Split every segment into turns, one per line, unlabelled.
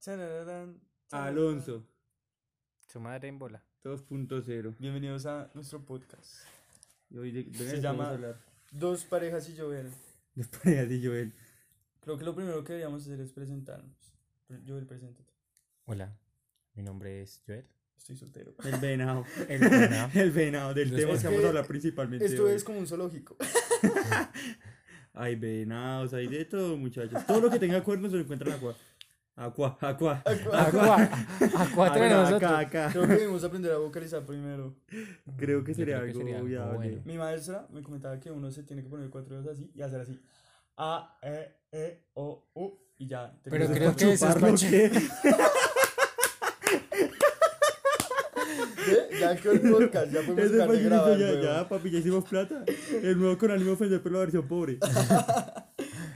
Charararán, charararán.
Alonso
Su madre en bola.
2.0.
Bienvenidos a nuestro podcast.
Y hoy de- de eso
llama-
vamos a hablar.
Dos parejas y llover.
De parejas de Joel.
Creo que lo primero que deberíamos hacer es presentarnos. Pre- Joel, preséntate.
Hola, mi nombre es Joel.
Estoy soltero.
El venado.
El venado.
El venado del
Los
tema
venados.
que vamos a hablar principalmente.
Esto
hoy.
es como un zoológico.
Hay venados, hay de todo, muchachos. Todo lo que tenga cuernos se lo encuentran acá. Aqua, aqua.
Aqua. Aqua
Acá,
de
acá,
nosotros.
acá.
Creo que debemos aprender a vocalizar primero.
Creo que
Yo
sería
creo que
algo
sería algo
viable.
bueno.
Mi maestra me comentaba que uno se tiene que poner cuatro dedos así y hacer así. A, E, E, O, U y ya.
Pero
Terminas
creo
con-
que eso es
Chuparlo,
coche.
¿qué?
¿Eh? Ya que el podcast, ya podemos
Ese
dejar de
pañuelito
grabar,
ya,
weón.
ya, papi, ya hicimos plata. El nuevo con ánimo de ofender, pero la versión pobre.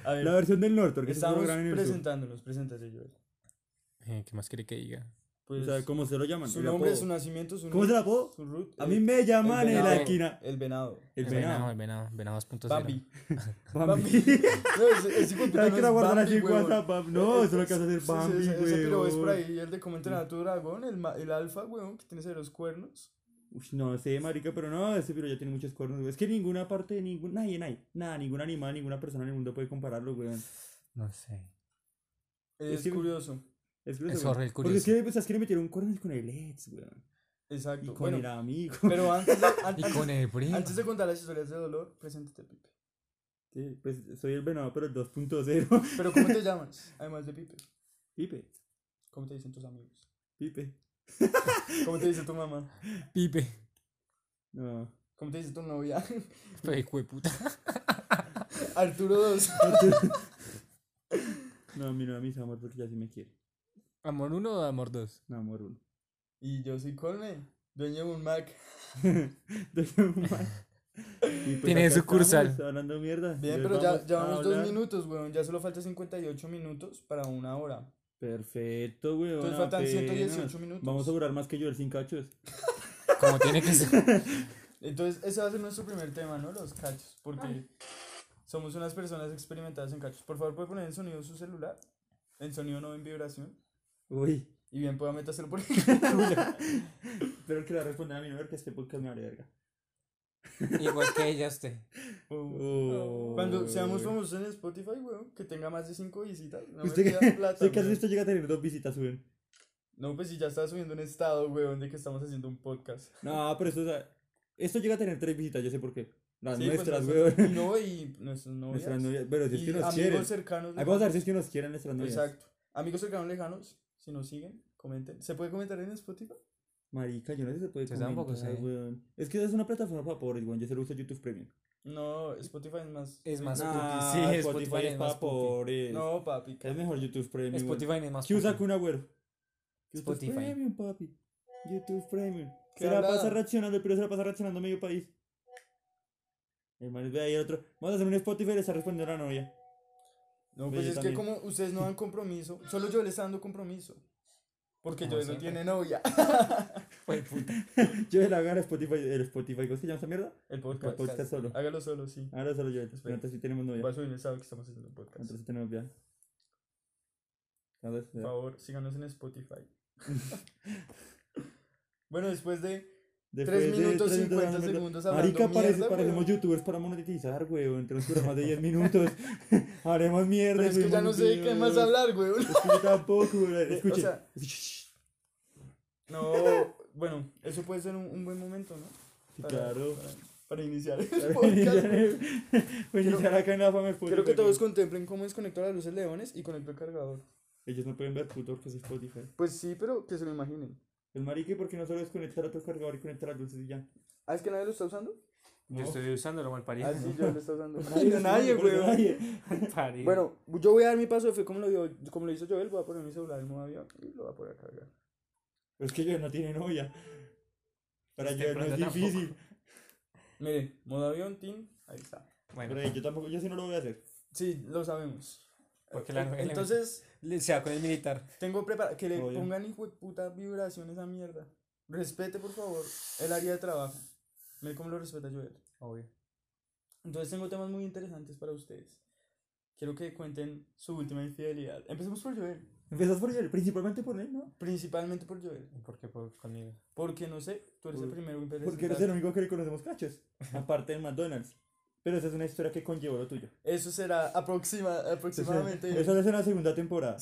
A ver,
La versión del norte, porque se
estamos
programa en el sur.
presentándonos. Preséntate, Joel.
Eh, ¿Qué más quiere que diga?
O
Pues,
sea, ¿cómo se lo llaman?
su
El
nombre,
apodo.
su nacimiento, su
¿Cómo
nombre,
se la apodo?
su root,
A
eh,
mí me llaman
el
en la
venado.
esquina.
El venado.
El venado.
el venado, venado 2.0.
Bambi.
Bambi.
No, ese, ese hijo de puta no
¿Sabes que
es
la guardan
Bambi,
así en
huevón.
WhatsApp? Bam- No, eso es lo que vas a hacer
Ese-
Bambi,
ese- Ese piro es por
güey.
ahí, el de cómo entrenar a tu dragón, el, ma- el alfa, weón, que tiene los cuernos.
Uy, no sé, marica, pero no, ese piro ya tiene muchos cuernos, güey. Es que ninguna parte, ningún, nadie, nadie, nada, ningún animal, ninguna persona en el mundo puede compararlo, güey.
No sé.
Es,
que-
curioso.
Es, curioso,
Es
güey.
horrible,
Porque es
curioso.
que, pues, es que le metieron cuernos con el ex, güey. Y
Exacto.
con
Bueno,
el amigo.
pero antes de, an-
Y con
antes,
el primo.
antes de contar las historias de dolor, preséntate, Pipe.
Sí, pues soy el venado, pero el 2.0.
Pero ¿cómo te llamas? Además de Pipe.
Pipe,
¿Cómo te dicen tus amigos?
Pipe.
¿Cómo te dice tu mamá?
Pipe.
No.
¿Cómo te dice tu novia?
Pero hijo de puta.
Arturo 2.
No, mi no, mis amor, porque ya sí me quiere.
¿Amor 1 o amor 2?
No, amor, uno.
Y yo soy Colme, dueño de un Mac.
Entonces, man. Y, pues,
Tiene
acá
sucursal.
estamos, Hablando mierda.
Bien, pero
Entonces,
ya
Eh, vamos a
llevamos dos
hablar.
minutos, weón. Ya solo faltan 58 minutos para una hora.
Perfecto, güey.
Entonces faltan 118 minutos.
Vamos a durar más que yo el sin cachos.
Como tiene que ser.
Entonces, ese va a ser nuestro primer tema, ¿no? Los cachos. Porque somos unas personas experimentadas en cachos. Por favor, puede poner en sonido su celular. En sonido no en vibración.
Uy.
Y bien, pueda metárselo por ahí.
Pero el que la responda a mi nombre que este podcast me vale verga.
Igual que ella este. usted.
Oh.
Cuando seamos famosos en Spotify, weón, que tenga más de 5 visitas. No me
¿Usted
pida
qué,
plata.
usted qué hace
weón.
esto llega a tener dos visitas, güey?
No, pues si ya estaba subiendo un estado, weón, de que estamos haciendo un podcast.
No, pero esto, o sea, esto llega a tener tres visitas, yo sé por qué. Las
Sí, pues,
nuestras,
nosotros-
güey.
y No, y nuestras novias.
Nuestras novias. Pero si Pues es
y
que nos
amigos
quieren.
cercanos. de
Ahí vamos a ver si es que nos quieren nuestras novias.
Exacto. Amigos cercanos lejanos, si nos siguen, comenten. ¿Se puede comentar en Spotify?
Marica, yo no sé si se puede
Yo
comentar,
tampoco sé.
weón. Es que es una plataforma para pobres, güey. Yo solo uso YouTube Premium.
No, Spotify es más.
Es más
Ah,
puti. Sí,
Spotify,
Spotify
es
es
para
más puti.
pobres.
No, papi.
Es mejor YouTube Premium. weón.
Spotify no es más.
¿Qué usa
puti.
Kun Agüero?
Spotify.
YouTube Premium, papi. YouTube Premium.
¿Qué
Se la
hablada?
pasa reaccionando, pero se la pasa reaccionando a medio país. Hermano, ve ahí el otro. Vamos a hacer un Spotify y le está respondiendo a la novia.
No,
Ve,
pues
yo
es que
también.
como ustedes no dan compromiso, solo yo les estoy dando compromiso. Porque
Como
yo no
siempre.
tiene novia.
Hijo de puta.
Yo le hago el Spotify, el Spotify. ¿Cómo se llama esa mierda?
El podcast.
El podcast solo.
Hágalo solo, sí.
Ahora solo yo. Antes sí tenemos novia.
Va a subir el sábado que estamos haciendo un podcast.
Antes sí tenemos novia. Entonces,
Por favor, síganos en Spotify. bueno, después de.
después
Tres
de
minutos
tres
cincuenta
hablando mierda-
segundos hablando
Marica, parece-
mierda,
parecemos
weón.
youtubers para monetizar, weón. Tenemos que durar más de 10 minutos. Haremos mierda.
Pero es que ya
subimos
no sé de qué más
videos.
hablar, güey.
Es que yo tampoco, güey. Escuchen.
sea-
Escuchen. Shh.
No, bueno, eso puede ser un, un buen momento, ¿no?
Sí, claro.
Para, para iniciar el podcast. güey.
Bueno, Pues ya acá en la fama
Quiero que todos contemplen cómo desconecto las luces leones y conecto el cargador.
Ellos no pueden ver puto porque es Spotify.
Pues sí, pero que se lo imaginen.
El marica, ¿por qué no solo desconectar otro cargador y conectar las luces y ya?
¿Ah, es que nadie lo está usando?
No.
Yo estoy usando lo mal parido.
Ah, sí, yo lo está usando.
lo está usando, pero nadie.
Parido.
Bueno, yo voy a dar mi paso de fe como lo, dio, como lo hizo Joel. Voy a poner mi celular en modo avión y lo voy a poner a cargar.
Pero es que ellos no tienen novia. Para
Este
yo no es
pronto tampoco.
difícil.
Miren, modo avión, team, ahí está.
Bueno,
Pero yo tampoco, yo sí no lo voy a hacer.
Sí, lo sabemos. Eh,
Porque la novia le
Entonces,
le- se va con el militar.
tengo preparado. Que le
Obvio.
pongan hijo de puta vibración a esa mierda. Respete, por favor, el área de trabajo. Miren cómo lo respeta Joel.
Obvio.
Entonces tengo temas muy interesantes para ustedes. Quiero que cuenten su última infidelidad. Empecemos por Joel.
Empezás por Joel, principalmente por él, ¿no?
Principalmente por Joel.
¿Y por qué por, conmigo?
Porque no sé, tú eres el
Por-
primero en
Porque eres
presentar.
el único que le conocemos cachos. Aparte del McDonald's. Pero esa es una historia que conllevó lo tuyo.
Eso será aproxima, aproximadamente.
Esa es en la segunda temporada.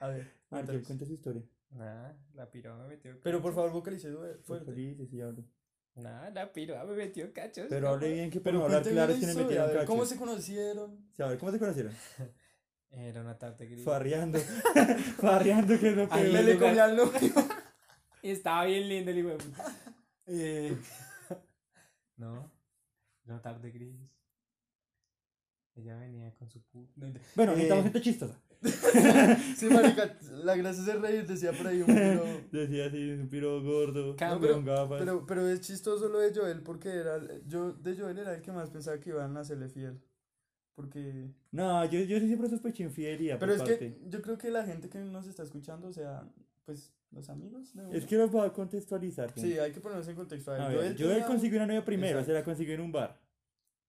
A ver,
A ver,
cuéntales.
cuenta esa historia.
Nada, la piroa me metió.
Pero por
cachos.
favor, vocalice du- fuerte.
Sí, sí, sí, hable.
Nada, la piroa me metió cachos.
Pero hable bien que por no hablar
Cuente bien
claro
la
es que le
historia,
metieron
a ver,
cachos.
¿Cómo se conocieron?
Sí, a ver, ¿cómo se conocieron?
Era una tarde gris.
Farreando. Farreando que no
Ahí
Me
puedo.
en
le
lugar-
comí al novio.
Y estaba bien lindo el hijo de puta. Eh, no, era una tarde gris. Ella venía con su puta.
Bueno, necesitamos
Eh.
gente chistosa.
Sí, marica, la gracia es reír, decía por ahí un poquito.
Decía así, un piro gordo,
Cambio.
con gafas.
Pero, pero es chistoso lo de Joel porque era yo de Joel era el que más pensaba que iban a hacerle fiel. Porque.
No, yo, yo sí siempre sospeché infidelidad
Pero es
por
que
parte.
yo creo que la gente que nos está escuchando, o sea, pues los amigos de uno.
Es que lo voy a contextualizar. gente.
Sí, hay que ponernos en contexto. A ver,
A ver, yo
tenía-
consiguió una novia primero,
Exacto.
se la consiguió en un bar.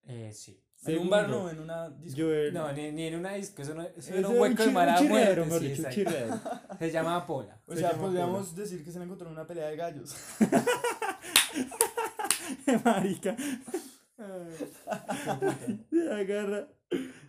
Eh, sí.
En un bar,
Segundo,
no, en una discoteca.
Joel.
No, ni, ni en una disco, eso, no, eso
Ese
era un hueco
chi-
de mala
chirrero,
muerte.
mejor
sí,
dicho, un
exacto.
chirrero.
Se llamaba Pola.
O
se
sea,
llama
podríamos decir que se la encontró en una pelea de gallos.
Marica, se la agarra.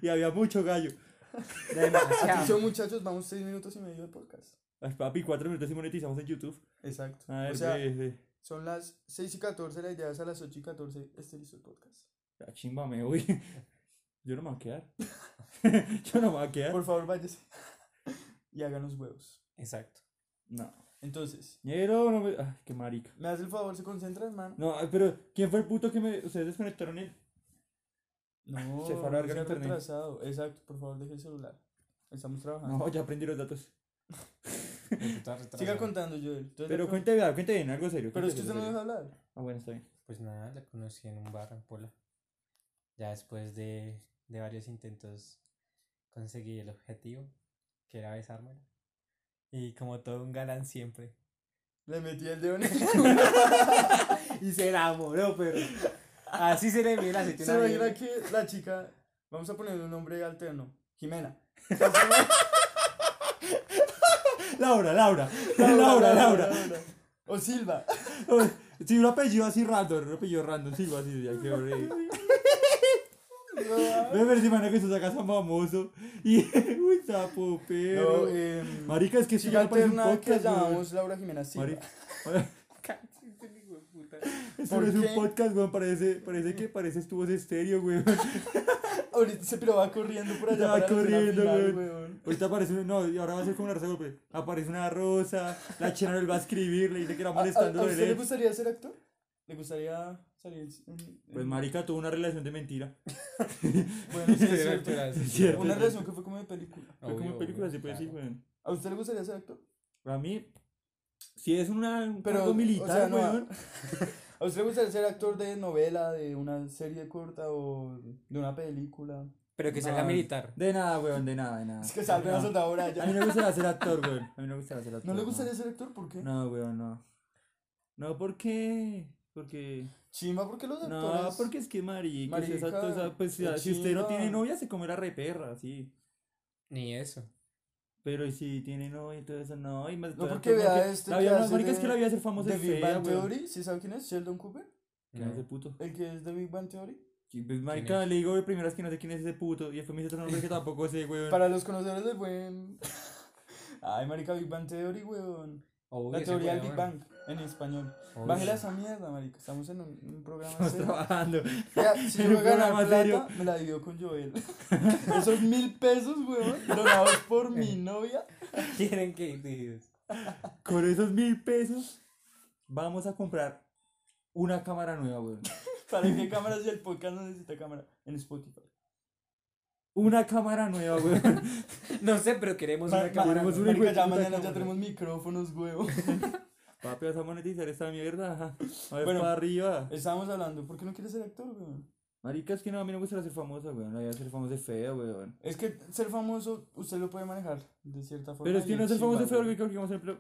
Y había mucho gallo.
Atención,
Demasiado.
muchachos, vamos seis minutos y medio de podcast.
Ay, papi, cuatro minutos y monetizamos en YouTube.
Exacto.
A ver,
o sea,
ve, ve.
son las 6 y 14, la idea es a las 8 y 14. Este listo el podcast.
La chimba me voy. Yo no me voy a quedar. Yo no me voy a quedar.
Por favor, váyase. y háganos huevos.
Exacto.
No.
Entonces,
Ñero, no me. Ay, qué marica.
me hace el favor, se concentra, hermano.
No, ay, pero ¿quién fue el puto que me. Ustedes desconectaron el.
No,
Se fue a
no
largar
sea
internet.
retrasado. Exacto, por favor, deje el celular. Estamos
Ah.
trabajando.
No, ya aprendí los datos.
Siga contando, Joel. Entonces,
Pero
la-
cuente, vea, cuente bien, algo serio.
Pero es que
cuente
usted no
algo
deja
serio.
hablar.
Ah, bueno, está bien.
Pues nada, la conocí en un bar en Pola. Ya después de, de varios intentos conseguí el objetivo, que era besármela. Y como todo un galán siempre.
Le metí el dedo en el culo.
Y se enamoró, pero así se le viene la
Se
aceituna.
imagina
bien.
que la chica. Vamos a ponerle un nombre alterno. Jimena.
Laura, Laura. Laura, Laura.
O Silva.
Sí, un apellido así random, un apellido random, sí, así, ya que horrible. Ve, pero si imagina que se saca tan famoso. Y. Uy, sapo, pero. eh,
No, em,
Marica, es que si
chica
ya parece un
alterna que
podcast, weón.
llamamos Laura Jimena Silva.
Marica.
Cállate, hijo de puta.
Esto
¿Por
no es
qué?
un podcast, weón. Parece, parece que parece estuvo de estéreo, weón.
Ahorita se pero va corriendo por allá.
Va
para la escena
corriendo,
final,
weón.
weón.
Ahorita aparece un. No, y ahora va a ser como una rosa, golpe. Aparece una rosa. La china no le va a escribir, le dice que era
¿A, a-
molestando
a
de
usted le
él.
gustaría ser actor? ¿Le gustaría salir en- en-
Pues Marica tuvo una relación de mentira.
Bueno, sí,
Sí,
es cierto.
era-
Es cierto.
Una relación que fue como de película.
Fue como
Obvio,
película,
obvio,
así puede decir,
claro.
weón.
¿A usted le gustaría ser actor?
Para mí, si es una, un
Pero,
cargo
o
militar,
sea, no,
weón.
¿A usted le gustaría ser actor de novela, de una serie corta o de una película?
Pero que salga
No.
militar.
De nada, weón, de nada, de nada.
Es que salve a
No.
soldado
A mí
Brian.
no me gustaría ser actor, weón. A mí no me gustaría ser actor.
¿No le gustaría ser actor? ¿Por qué?
No, weón, no. No, ¿por qué? Porque.
Chimba, ¿por qué los actores?
No, porque es que marica,
Marica,
es actor, o sea, pues
qué
si usted no tiene
chimba.
novia, se come la reperra, sí.
Ni eso.
Pero y si tiene novia y todo eso, no. Y más
No,
para
porque
todo,
vea
marica,
este
La
que
vida, no,
hace
marica, es
de-
que la vida de ser famoso
¿De
es
Big
fea,
Bang
weón.
Theory? ¿Sí sabe quién es? ¿Sheldon Cooper?
¿Quién es ese puto?
¿El que es de Big Bang Theory?
Y, Pues, marica,
es?
le digo de primeras que no sé quién es ese puto. Y después me dice otro nombre que tampoco sé, weón.
Para los conocedores del buen... Ay, marica, Big Bang Theory, weón.
Obvio,
La
ese
teoría del
huevón.
Big Bang, en español.
Obvio.
Bájela esa mierda, marica. Estamos en un, un programa
Estamos
serio.
trabajando.
Ya, si
En
yo
un
ganar
programa
plata,
serio.
me la dio con Joel. Esos mil pesos, weón, donados por mi novia.
Quieren que digas.
Con esos mil pesos vamos a comprar una cámara nueva, weón.
¿Para qué cámaras? Y el podcast no necesita cámara. En Spotify.
Una cámara nueva, weón.
No sé, pero queremos
Ma-
una
ma-
cámara.
queremos
¿no?
una-
Marica,
hijueputa
ya mañana ya
cámara.
tenemos micrófonos, weón.
Papi, vas a monetizar esta mierda. Ajá. A ver,
Bueno.
para arriba.
Estábamos hablando, ¿por qué no quieres ser actor, weón?
Marica, es que no, a mí no me gusta ser famoso, weón. La vida de ser famoso es fea, weón.
Es que ser famoso, usted lo puede manejar, de cierta forma.
Pero es que
y
no ser famoso es
chimba,
feo,
weón.
weón. Porque, por ejemplo,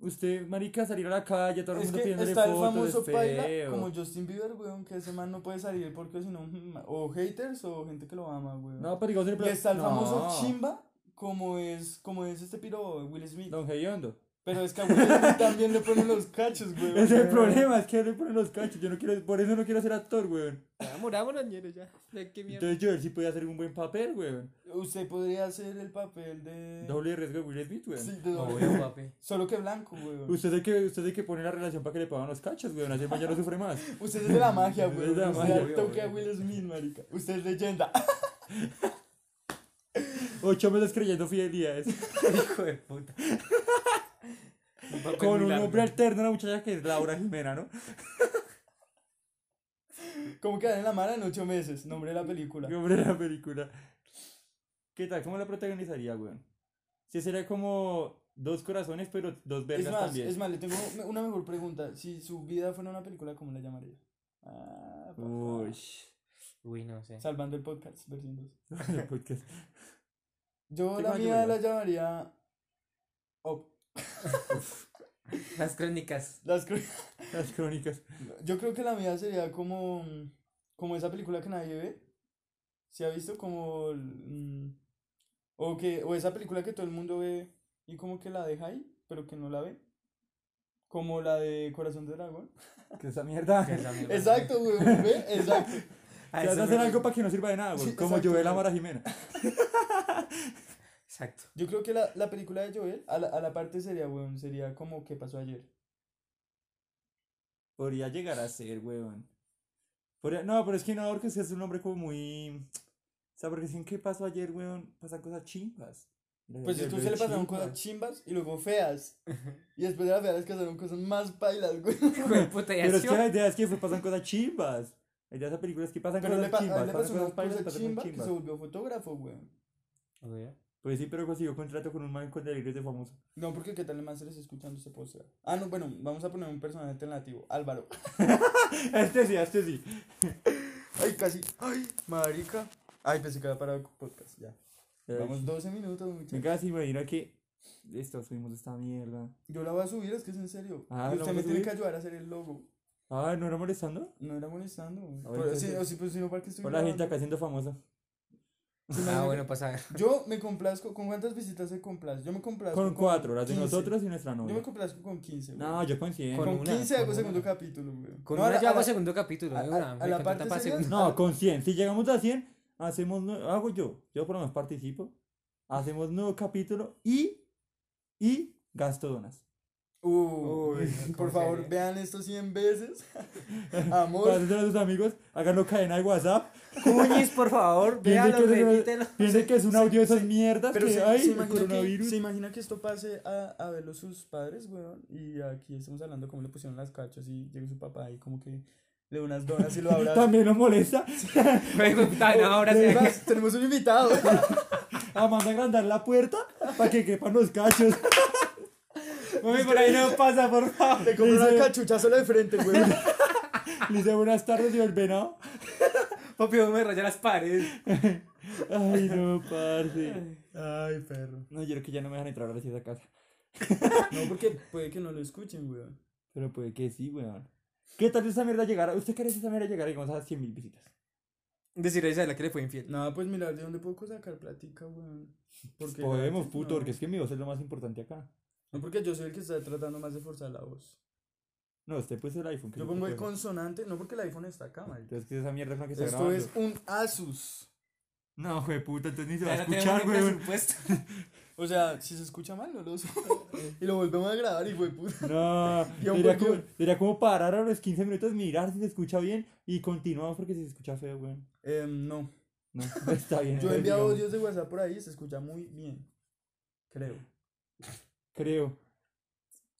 usted, marica, salir a la calle, todo el
Es
mundo
que
pidiéndole
está el
fotos,
famoso
es
paila,
feo.
como Justin Bieber, weón, que ese man no puede salir porque si no, o haters o gente que lo ama, weón.
No, pero digo,
Y está el famoso
no.
chimba, como es, como es este piro Will Smith.
Don Hediondo.
Pero es que a Will Smith también le ponen los cachos, güey.
Ese es el problema, es que le ponen los cachos. Yo no quiero, por eso no quiero ser actor, weón.
Ah,
Ya, murámonos, ñero, ya. Ya, qué mierda.
Entonces yo él sí podía hacer un buen papel, weón.
Usted podría hacer el papel de.
Doble riesgo de Will Smith, weón.
Sí, de doble.
Obvio, papi.
Solo que blanco, güey.
Usted es el que, usted es el que pone la relación para que le paguen los cachos, weón. Así el man ya no sufre más.
Usted es de la magia,
Usted
güey.
es de la
Usted
magia,
al
obvio,
toque a
obvio.
Will Smith, marica. Usted es leyenda.
Ocho meses creyendo fidelidades.
Hijo de puta. Un papel
Con
muy
un
largo.
hombre alterno, una muchacha que es Laura Jimena, ¿no?
¿Cómo quedan en la mano en ocho meses? Nombre de la película.
Mi hombre de la película. ¿Qué tal? ¿Cómo la protagonizaría, weón? Si sería como dos corazones, pero dos
Es
vergas
más,
también.
es más, le tengo una mejor pregunta. Si su vida fuera una película, ¿cómo la llamaría? Ah, papá.
Uy.
Uy, no sé.
Salvando el podcast, versión dos.
el podcast.
Yo
¿Qué
la
más
mía la
llamarías?
llamaría. Op.
Las crónicas.
Las cre-
Las crónicas.
Yo creo que la mía sería como. mm, Como esa película que nadie ve. ¿Se ha visto? Como. el, mm, o, que, o esa película que todo el mundo ve y como que la deja ahí, pero que no la ve. Como la de Corazón de Dragón.
Que esa mierda.
que es la mierda.
Exacto, güey. ¿Ve? Exacto.
Ah,
Se
eso
hace hacer
me-
algo para que no sirva de nada, güey.
Sí,
como
exacto,
yo la
güey.
Mara Jimena.
Exacto.
Yo creo que la, la película de Joel, a la, a la parte sería, weón, sería como ¿Qué pasó ayer?
Podría llegar a ser, weón. Podría- No, pero es que no, porque si es un hombre como muy. O sea, porque dicen qué pasó ayer, weón. Pasan cosas chimbas.
Pues si tú se le pasaron cosas chimbas y luego feas. Y después de las feas casaron cosas más pailas, güey.
Hijo de puta, y
Pero es
así
que la idea es que fue- pasan cosas chimbas. La idea de esa película es que pasan
Pero le,
cosas
pa- a
chimbas.
él le
pasan
pasó una
cosas pailas,
cosa
pasan
chimba
cosas
que
chimbas.
se volvió fotógrafo, weón.
Obvio.
Pues sí, pero consiguió contrato con un man con delirios de famoso.
No, porque qué tal el man se les escuchando este postre. Ah, no, bueno, vamos a poner un personaje alternativo. Álvaro.
Este sí, este sí.
Ay, casi. Ay, marica. Ay, pensé que había parado el podcast, ya. Vamos 12 minutos, muchachos.
Venga, se imagina que. Esto, subimos esta mierda.
Yo la voy a subir, es que es en serio.
Ah,
y
¿la
usted me
vamos a
tiene que
subir?
ayudar a hacer el logo.
Ah, ¿no era molestando?
No era molestando. güey.
A ver,
Pero, sí,
Ah, entonces-
o sí, pues, sino para que estoy
O la gente
grabando.
acá siendo famosa.
Sí, imagínate.
Ah, bueno, pasa.
Yo me complazco. ¿Con cuántas visitas se complazco? Yo me complazco.
Con cuatro, las de
15.
nosotros y nuestra
Yo
novia.
me complazco con 15. güey.
No, yo coincido.
con,
con una,
15 hago
con
segundo
una.
capítulo, güey.
Con
No, a
una
la-
yo
a
hago
la-
segundo capítulo.
a-
de
a-
una,
a
me
la
contratan
parte
para
sería-
segundo.
No, con 100. Si llegamos a 100, hacemos nue- hago yo. Yo por lo menos participo. Hacemos nuevo capítulo y y gasto donas.
Uh,
Uy,
por
¿cómo
favor,
sería?
vean esto 100 veces.
Para
Amor.
hacer a sus amigos, háganlo cadena de WhatsApp.
Cuñis, por favor,
Piensen
véalo,
que,
repítelo.
es, piensen que es un audio de esas
sí.
mierdas
Pero
que
se,
hay
se
el
imagina que,
coronavirus.
se imagina que esto pase a, a verlo sus padres, weón. Y aquí estamos hablando cómo le pusieron las cachas y llega su papá y como que le da unas donas y lo abraza. Oh,
También nos molesta.
Güey, güey, puta, no, ahora sí.
Además, "Ah, tenemos un invitado.
Ah, manda a agrandar la puerta para que quepan los cachos.
Mami, por ahí no pasa, por favor.
Le compró una
Dice-
cachucha solo de frente, weón.
Le dice buenas tardes y el venado.
Papi, no me raya las paredes.
Ay, no, parce.
Ay, perro.
No, yo creo que ya no me dejan entrar ahora sí a esa casa.
No, porque puede que no lo escuchen, weón.
Pero puede que sí, weón. ¿Qué tal si esa mierda llegara? ¿Usted quiere esa mierda llegara y vamos a 100 mil visitas?
Decir a la que le fue infiel.
No, pues mirar de dónde puedo sacar platica, weón. Porque
Podemos,
gratis,
puto,
no.
porque es que mi voz es lo más importante acá.
No, porque yo soy el que está tratando más de forzar la voz.
No, usted puso el iPhone. que
Yo
no
pongo
puedo
el
hacer.
consonante, no porque el iPhone está acá, marica.
Entonces, que esa mierda es la que está
Esto
grabando.
es un Asus.
No, güey, puta, entonces ni se va a
Ya no
escuchar,
tenemos ni
weón.
presupuesto.
O sea, si se escucha mal, no lo uso. y lo volvemos a grabar y güey, puta.
No,
Yo
sería
pongo-
como, sería como parar a los 15 minutos, mirar si se escucha bien y continuamos porque si se escucha feo, weón.
Em, no.
No, está bien.
Yo he
entonces,
enviado
digamos,
audios de WhatsApp por ahí y se escucha muy bien. Creo.
Creo.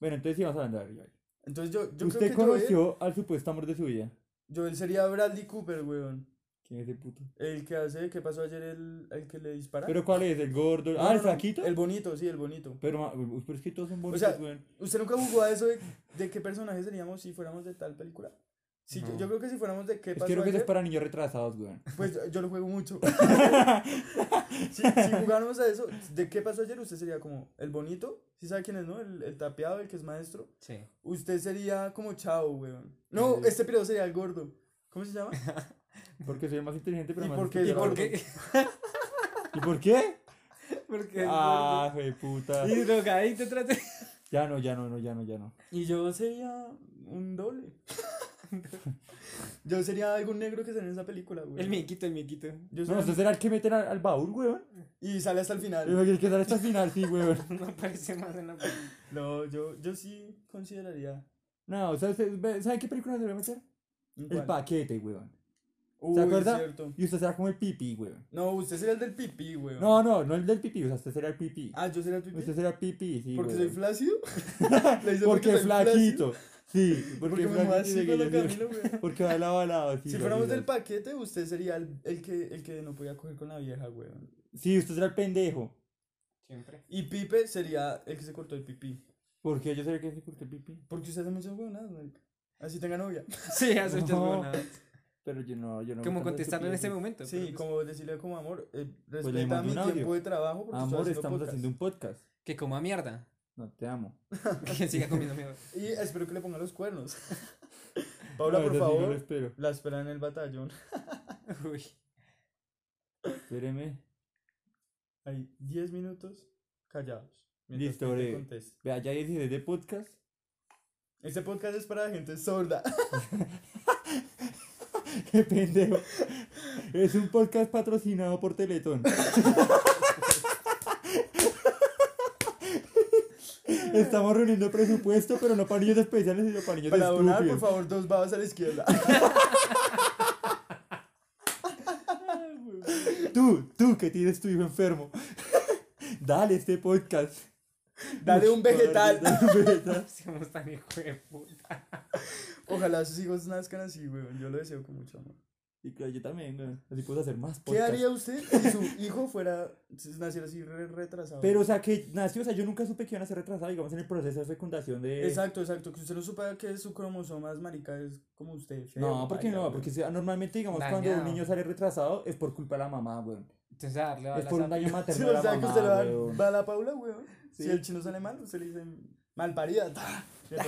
Bueno, entonces sí vamos a hablar. Joel.
Entonces yo, yo creo
¿Usted
que Joel-
conoció al supuesto amor de su vida?
Joel sería Bradley Cooper, weón.
¿Quién es ese puto?
El que hace, ¿qué pasó ayer? El, el que le dispara.
¿Pero cuál es? ¿El gordo?
¿Ah? No,
ah,
no,
¿el
no,
flaquito?
El bonito, sí, el bonito.
Pero, ma- uy, pero es que todos son bonitos,
sea,
weón.
¿Usted nunca jugó a eso de, de qué personaje seríamos si fuéramos de tal película? Sí, yo,
No.
yo creo que si fuéramos de qué
Es
pasó
que creo que eso es
ayer,
para niños retrasados, weón.
pues yo lo juego mucho. si, si jugáramos a eso, de qué pasó ayer, usted sería como el bonito, si sabe quién es, ¿no? El, el tapeado, el que es maestro.
Sí.
Usted sería como chao, weón. No, este periodo sería el gordo. ¿Cómo se llama?
Porque soy el más inteligente, pero
¿Y
más
por qué?
estúpido.
¿Y por
Porque
¿Y por qué?
Porque es
Ah, de puta.
gordo. Y drogadito trate.
Ya no, ya no, no, ya no, ya no.
Y yo sería un doble. yo sería algún negro que sale en esa película, güey.
El miquito, el miquito.
Yo
No,
sería-
usted será el que meten al, al baúl, weón.
Y sale hasta el final.
El que sale hasta el final, sí, weón.
No aparece más en la película.
No, yo, yo sí consideraría.
No, ¿sabe, usted- ve- ¿sabe qué película se debe meter?
un
El
cual.
paquete, weón.
Uy,
acuerda?
cierto.
Y usted será como el pipí, weón.
No, usted sería el del pipí, güey.
No, no, no el del pipí, o sea, usted será el pipí.
Ah, yo sería el pipí.
Usted será pipí, sí,
¿Porque soy
weón.
flácido? Le dice
Porque
soy flácido.
flaquito. Sí,
Porque
porque,
me muevo así
flaquito,
con la
sí,
Camila, güey.
Porque va lado a lado, sí.
Si
lo
fuéramos
digo.
del paquete, usted sería el, el que, el que no podía coger con la vieja, güey.
Sí, usted será el pendejo.
Siempre.
Y Pipe sería el que se cortó el pipí.
Porque yo sé que sí, porque el pipí.
Porque usted hace muchas huevonadas, marica. Así tenga novia.
Sí, hace muchas
No.
huevonadas.
Pero yo no, yo no.
Como contestarle en ese momento.
Sí,
pero pues-
como decirle como amor, eh,
le
respeta
mando
mi
un audio.
tiempo de trabajo porque estoy
Amor,
haciendo
estamos
podcast.
haciendo un podcast.
Que coma mierda.
No, te amo.
Que siga comiendo mierda.
Y espero que le ponga los cuernos. Paula,
No,
por
eso sí, no lo
favor,
espero.
la espera en el batallón.
Uy.
Espéreme.
Hay 10 minutos callados. mientras
Listo,
Pipe
breve.
contesta.
Vea, ya hay 16 de podcast.
Este podcast es para gente sorda.
Qué pendejo. Es un podcast patrocinado por Teletón. Estamos reuniendo presupuesto, pero no para niños especiales, sino para niños
Para donar, por
estúpidos.
favor, dos babas a la izquierda.
Tú, tú que tienes tu hijo enfermo. Dale este podcast.
Dale un vegetal.
Dale un vegetal.
Somos tan hijo de puta.
Ojalá sus hijos nazcan así, weón. Yo lo deseo con mucho amor.
Y claro, yo también, güey. Así puedo hacer más
¿Qué
podcast.
haría usted si su hijo fuera, si naciera así re- retrasado?
Pero, o sea, que nació, o sea, yo nunca supe que iban a ser retrasados, digamos, en el proceso de fecundación de.
Exacto, exacto. Que usted no supa que su cromosoma es marica, es como usted. feo,
No, porque
paila,
no,
weón.
porque si- ah, normalmente, digamos, cuando
Dañado.
un niño sale retrasado es por culpa de la mamá, güey.
Entonces a darle
Es
balas
por
a-
un daño
Sí,
materno de
o
la
sea, que usted le
mamá,
va,
weón.
va a la paula, weón.
Sí.
Si el chino sale mal, usted le dice mal parida.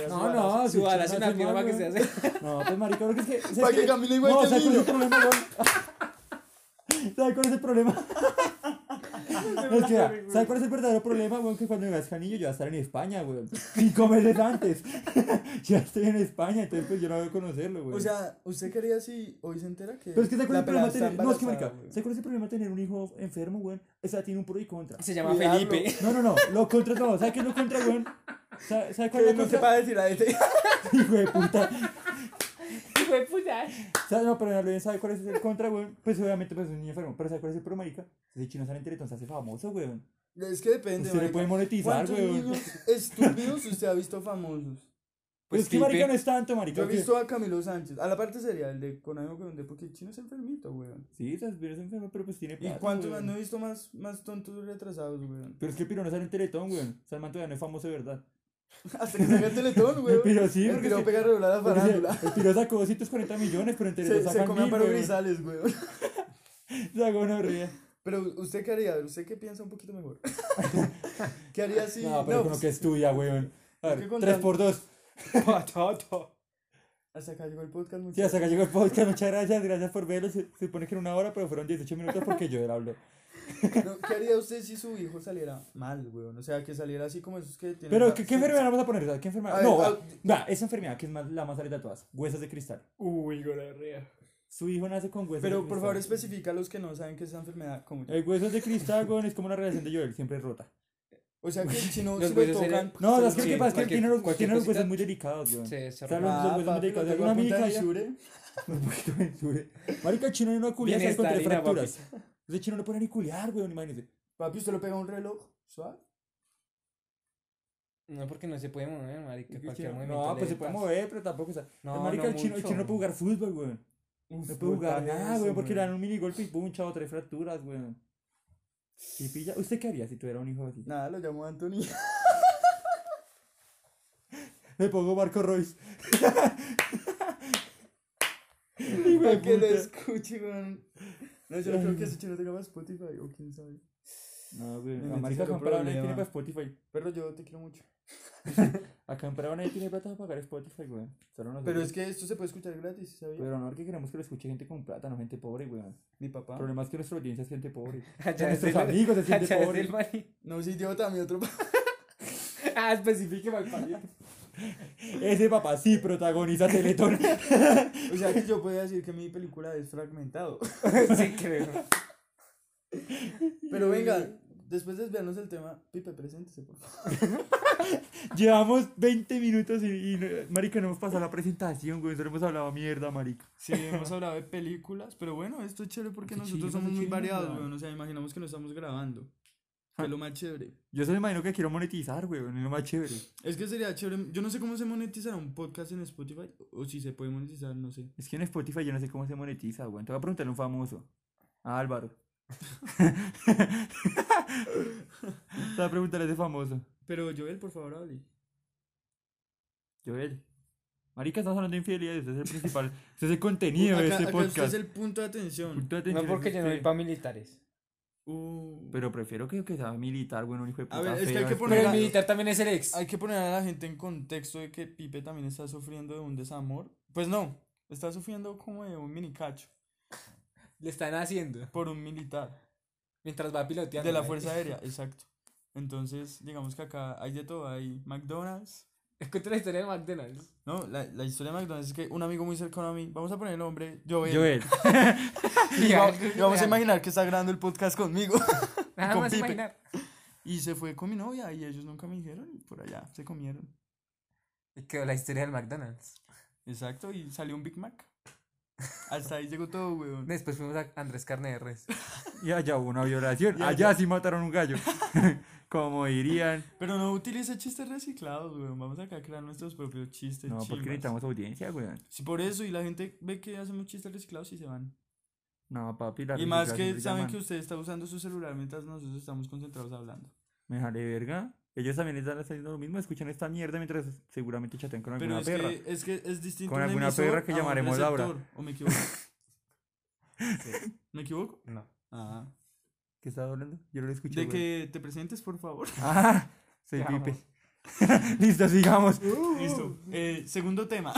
No, no,
Ah, Su bala es una
firma
firma que se hace.
No, pues marica, lo que es que. es
Para que camine igual
no,
que el
¿sabes cuál es
niño.
el problema, weón? ¿Sabes cuál es el problema? No, es que, vea, ¿sabes cuál es el verdadero problema, weón? Que cuando me nazca el niño yo voy a estar en España, weón. Cinco meses antes. ya estoy en España, entonces pues yo no voy a conocerlo, weón.
O sea, ¿usted quería si hoy se entera que.
Pero es que ¿sabes cuál es el
pelada
problema tener...
está
No, es que marica,
embarazada, weón?
¿sabes cuál es el problema tener un hijo enfermo, weón? O sea, tiene un pro y contra.
Se llama
Cuidarlo.
Felipe.
No, no, no, lo contra todo. ¿Sabes qué es lo contra, weón? ¿Sabes sabe cuál
Que
es lo
no
contra?
sepa decir a este.
Hijo de puta.
Hijo de puta. eh.
¿Sabes? No, pero no, ¿sabes cuál es el contra, weón? Pues obviamente pues, es un niño enfermo. Pero ¿sabes cuál es el pro, marica? Si ese chino sale en Teletón, se hace famoso, weón.
Es que depende,
Usted le
marica.
puede monetizar,
¿Cuántos
weón.
niños estúpidos usted ha visto famosos?
Pues
Pues
es que marica no
Felipe.
es tanto, marica. pues,
Yo he
porque-
visto a Camilo Sánchez. A la parte sería el de con algo que donde porque el chino es enfermito, weón.
Sí, esas virus enfermo, pero pues tiene
¿Y
plata,
cuántos más?
weón.
No he visto más, más tontos retrasados, weón.
Pero es que el piro no sale en Teletón, weón. O sea, el man todavía no es famoso de verdad.
Hasta que salga el teletón, weón.
Pero sí,
el
porque
piro
se-
pega regular a
Porque se-
farándula.
el piro sacó 240 millones, pero en Teletón
Se, se
sacan
come a
mil,
paro
weón.
grisales, weón.
Sacó una ría.
Pero usted qué haría, A ver, usted qué piensa un poquito mejor. ¿Qué haría si.?
No, pero con lo
pues,
que estudia, weón. A
Es que
ver,
con
3
tan-
por 2
Hasta acá llegó el podcast,
Sí,
muchachos.
hasta acá llegó el podcast. Muchas gracias, gracias por verlo. Se, se supone que era una hora, pero fueron 18 minutos porque yo era hablo.
No, ¿Qué haría usted si su hijo saliera mal, weón? O sea, que saliera así como esos que tienen.
Pero,
la-
¿qué, qué
sí,
enfermedad vamos a poner? O sea, ¿Qué enfermedad?
A
no,
ver, ah,
va, va, esa enfermedad que es más, la más alta de todas: huesos de cristal.
Uy, gonorrea.
Su hijo nace con huesos de
Pero por
cristal.
favor, especifica a los que no saben qué es esa enfermedad. Como yo.
El huesos de cristal, weón, es como la relación de Joel, siempre rota.
O sea, que si no,
Los
si lo
huesos serían-
tocan.
No,
se
es
los-
que lo que
Sí,
pasa es que él
cualquier-
tiene los,
cualquier
tiene los
cosita.
huesos muy delicados, weón.
Se se
O sea,
rompe.
los- los huesos
Ah, papi,
muy delicados.
lo tengo
Una
a punta de
amiga ya-
Shure.
Un poquito de densura. Marica, chino en una culia sale con tres
Bienestarina,
fracturas. Ese chino no puede ni culiar, weón, imagínese.
Papi, usted lo pega a un reloj. ¿Suave?
No, porque no se puede mover, marica. Cualquier movimiento.
No,
le
pues se puede
pasa.
mover, pero tampoco. O sea,
No,
el marica,
no
el, chino, el
mucho.
chino no puede jugar fútbol, weón. No puede jugar
Puta
nada,
eso,
weón, porque le
weón.
dan un mini golpe y pum, chavo, tres fracturas, weón. Y pilla. ¿Usted qué haría si tuviera un hijo así?
Nada, lo llamo Anthony.
Le pongo Marco Royce.
Para que lo
puta.
escuche, weón. No, yo no creo que ese chino tenga más Spotify o quién sabe.
No, güey.
Ni
La marica
necesito
acamparado nadie
problema.
tiene para Spotify.
Pero yo te quiero mucho.
Acamparado nadie tiene plata para pagar Spotify, güey. Solo nosotros.
Pero es que esto se puede escuchar gratis, ¿sabías?
Pero honor que Ah. queremos que lo escuche gente con plata, no gente pobre, güey.
Mi
El
papá.
problema es que nuestra audiencia es gente pobre.
Allá es
nuestros
el-
amigos se sienten
allá es
pobres.
el mani-
No, sí, idiota, mi otro papá.
Ah, especifique mal parido.
Ese papá sí protagoniza Teletón.
O sea, que yo podría decir que mi película es fragmentado.
Pues Sí, creo.
Pero venga, después de desviarnos del tema, Pipe, preséntese, por favor.
Llevamos 20 minutos y, y no- marica, no hemos pasado la presentación, güey. Solo hemos hablado mierda, marica.
Sí, hemos hablado de películas, pero bueno, esto es chévere porque
Qué
nosotros
chimba,
somos
qué
muy
chimba.
variados, weón. O sea, imaginamos que no estamos grabando. Que es lo más chévere.
Yo solo imagino que quiero monetizar, güey. Es lo más chévere.
Es que sería chévere. Yo no sé cómo se monetizará un podcast en Spotify. O si se puede monetizar, no sé.
Es que en Spotify yo no sé cómo se monetiza, güey. Te voy a preguntarle a un famoso. A Álvaro. Te voy a preguntarle a ese famoso.
Pero Joel, por favor, hable.
Joel. Marica, estamos hablando de infidelidad. Usted es el principal. Usted es el contenido de
Acá-
este
acá
podcast.
usted es el punto de atención.
Punto de
No
atención es
porque yo no voy
usted.
para militares.
Uh.
Pero prefiero que, que sea militar, güey. Un hijo de puta.
ver, es que hay
feo, este
que
es
poner
Pero el
Mira,
militar también es el ex.
Hay que poner a la gente en contexto de que Pipe también está sufriendo de un desamor. Pues no, está sufriendo como de un mini cacho
Le están haciendo.
por un militar
Mientras va piloteando.
de la
¿vale?
Fuerza Aérea, exacto. Entonces, digamos que acá hay de todo, hay McDonald's.
Escucha la historia de McDonald's.
No, la, la historia de McDonald's es que un amigo muy cercano a mí, vamos a poner el nombre, Joel.
Joel.
Y va- y vamos a
Real.
imaginar que está grabando el podcast conmigo.
Nada
con
más
Pipe.
imaginar.
Y se fue con mi novia y ellos nunca me dijeron y por allá se comieron.
Y quedó la historia del McDonald's.
Exacto, y salió un Big Mac. Hasta ahí llegó todo, weón.
Después fuimos a Andrés Carne de Res.
Y allá hubo una violación.
Y
allá
allá-
sí mataron un gallo. Como dirían.
Pero no utilice chistes reciclados, weón. Vamos acá a crear nuestros propios chistes.
No, porque
chimbas.
necesitamos audiencia, güey.
Sí, por eso, y la gente ve que hacemos chistes reciclados y se van.
No, papi, la
y más
reciclación
que
se
saben
llaman.
que usted está usando su celular mientras nosotros estamos concentrados hablando.
Me jale verga. Ellos también están haciendo lo mismo, escuchan esta mierda mientras seguramente chatean con
Pero
alguna
es
perra.
que, es que es distinto.
Con
un
alguna
emisor
perra que
a un
llamaremos Laura.
receptor, ¿O me equivoco? ¿Me equivoco?
No.
Ah.
¿Qué estaba hablando? Yo no lo escuché.
De
güey.
que te presentes, por favor.
Ah, soy
Te amo.
Pipe. Listo, sigamos.
Listo. Eh, segundo tema.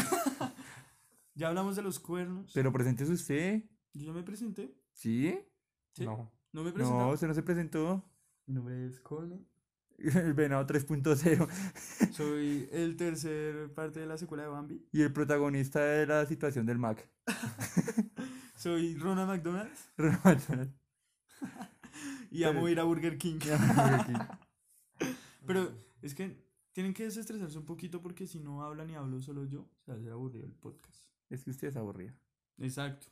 ya hablamos de los cuernos.
Pero presentes usted.
Yo ya me presenté.
¿Sí?
Sí.
No.
No me presenté.
No, usted no se presentó.
Mi nombre es Colme.
El venado 3.0
Soy el tercer parte de la secuela de Bambi.
y el protagonista de la situación del Mac.
Soy Ronald McDonald's
Ronald
y amo
Pero-
ir a Burger King.
McDonald.
Pero es que tienen que desestresarse un poquito porque si no hablan y hablo solo yo, se va a hacer aburrido el podcast.
Es que usted es aburrido.
Exacto.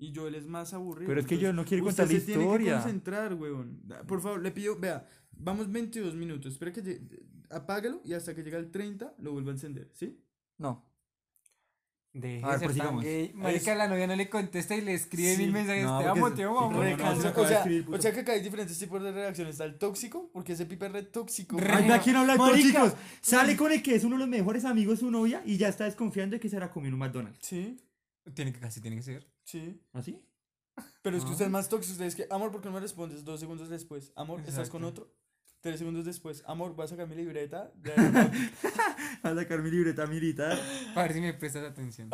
Y Joel es más aburrido.
Pero es que yo
entonces,
no quiero
usted
contar la
se Tiene que
historia.
concentrar, weón. Da- Por favor, le pido, vea, vamos 22 minutos. Espera que llegue- apágalo y hasta que llegue al 30 lo vuelvo a encender, ¿sí?
No.
Deje
A ver,
de ser tan
prosigamos.
gay. Marica, la novia no le contesta y le escribe
Sí.
mil mensajes.
No,
te
porque
amo,
es-
te amo, amor.
Re- no, no,
Recaso-
se acaba
o,
de
sea,
escribir,
o
puto.
sea que acá hay diferentes tipos de reacciones. Está el tóxico, porque ese pipe es re tóxico.
Re-
weón.
Anda, aquí no habla de
Marica.
tóxicos. Sale con el que es uno de los mejores amigos de su novia y ya está desconfiando de que será comiendo un McDonald's. ¿Ah,
Sí,
Tiene que, casi tiene que ser.
sí.
¿Así?
Pero es que
Ah.
usted es más tóxico. Usted es que, amor, ¿por qué no me respondes? Dos segundos después. Amor, ¿estás con
Exacto.
otro? Tres segundos después. Amor, ¿vas a sacar mi libreta? De-
A sacar mi libreta militar.
A ver si me prestas atención.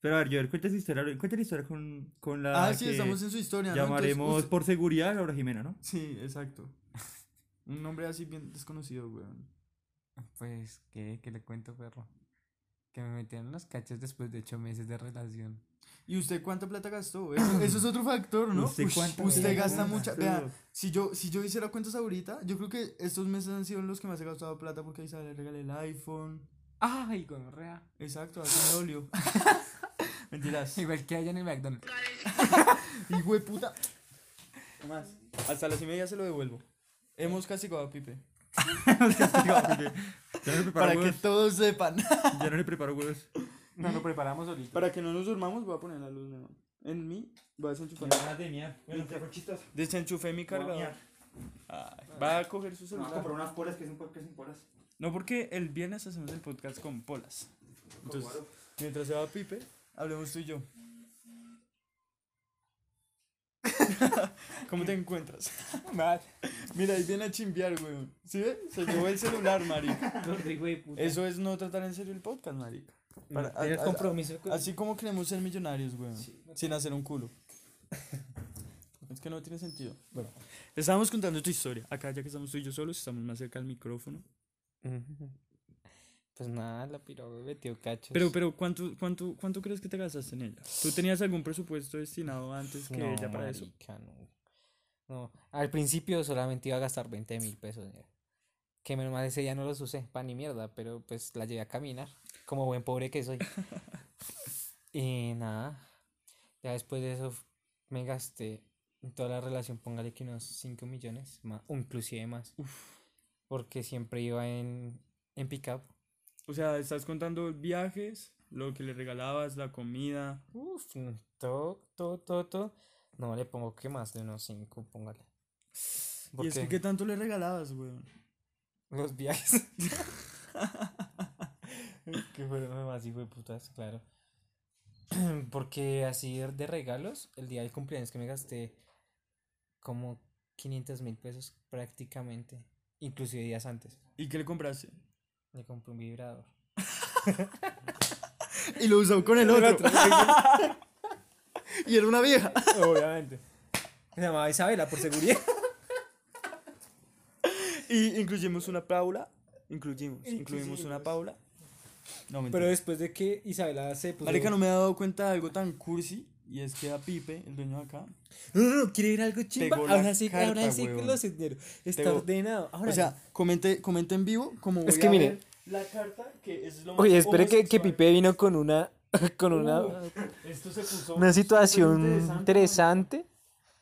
Pero a ver, Joel, cuéntame historia, cuéntale historia con, con la.
ah, sí,
que
estamos en su historia. ¿no? Entonces,
Llamaremos
usted-
por seguridad Laura Jimena, ¿no?
Sí, exacto. Un nombre así bien desconocido, weón.
Pues, ¿qué, ¿qué le cuento, perro? Que me metieron los cachos después de ocho meses de relación.
¿Y usted cuánta plata gastó? Eso, eso es otro factor, ¿no?
¿Usted
Ush,
cuánta
usted
plata
gasta
gastó?
mucha. Vea, si yo, si yo hiciera cuentas ahorita, yo creo que estos meses han sido los que más he gastado plata porque ahí se le regalé el iPhone.
¡Ay, gonorrea!
Exacto, así me dolió. Mentiras.
Igual que allá en el McDonald's.
Hijo de puta. más? Hasta las y media se lo devuelvo. Hemos castigado a Pipe.
Yo no le preparo
Para que
huevos.
todos sepan.
Yo no le preparo huevos.
No lo preparamos solito.
Para que no nos durmamos, voy a poner la luz neón. En mí, voy a desenchufar.
Bueno, te conchitas.
Desenchufé mi cargador. Ay, va a coger su celular.
unas polas que son polas.
No, porque el viernes hacemos el podcast con polas. Entonces, mientras se va Pipe, hablemos tú y yo. ¿Cómo te encuentras? Mal. Mira, ahí viene a chimbear, weón. ¿Sí ve? Se llevó el celular, marica.
Rodrigo de puta.
Eso es no tratar en serio el podcast, marica. Para-
Tener
a- a-
compromiso con.
Así como queremos ser millonarios, weón. Sin hacer un culo. es que no tiene sentido. Bueno, estábamos contando tu historia. Acá, ya que estamos tú y yo solos, estamos más cerca al micrófono.
Pues nada, la piró, me metió cachos.
Pero, pero, ¿cuánto, cuánto, ¿cuánto crees que te gastaste en ella? ¿Tú tenías algún presupuesto destinado antes que
no,
ella para eso?
marica, no. No, al principio solamente iba a gastar 20 mil pesos. ya. Que menos mal ese día no los usé, pan ni mierda, pero pues la llevé a caminar, como buen pobre que soy. y nada, ya después de eso f- me gasté en toda la relación, póngale que unos 5 millones, más, o inclusive más. Porque siempre iba en, en pick-up.
O sea, estás contando viajes, lo que le regalabas, la comida.
Uf, mm, todo, todo, todo, todo. No le pongo que más de unos 5, póngale.
Y es que,
Porque
¿qué tanto le regalabas, weón?
los viajes. que fueron más hijo de putas, claro. Porque así de- de regalos, el día del cumpleaños que me gasté como 500 mil pesos prácticamente, inclusive días antes.
¿Y qué le compraste?
Le compré un vibrador.
Y lo usó con el otro. y era una vieja.
Obviamente. Se llamaba Isabela, por seguridad.
Y incluimos una Paula. Incluimos, incluimos una
Incluimos.
Paula. No,
Pero
mentira.
después de que Isabela se puso...
Marica, no me he dado cuenta de algo tan cursi. Y es que a Pipe, el dueño de acá.
No, no, no, ¡Uh! quiere ir algo chimba.
Pegó la
Ahora sí, ahora
carta,
sí que
huevón.
lo sentieron. Está
Pegó.
ordenado. Ahora
O sea, comente, comente en vivo como
Es
voy
que
a
mire.
ver La carta que es lo más
Oye, espere que, que
homosexual.
Pipe vino con una con una,
Esto se puso
una situación
Uh, interesante,
interesante.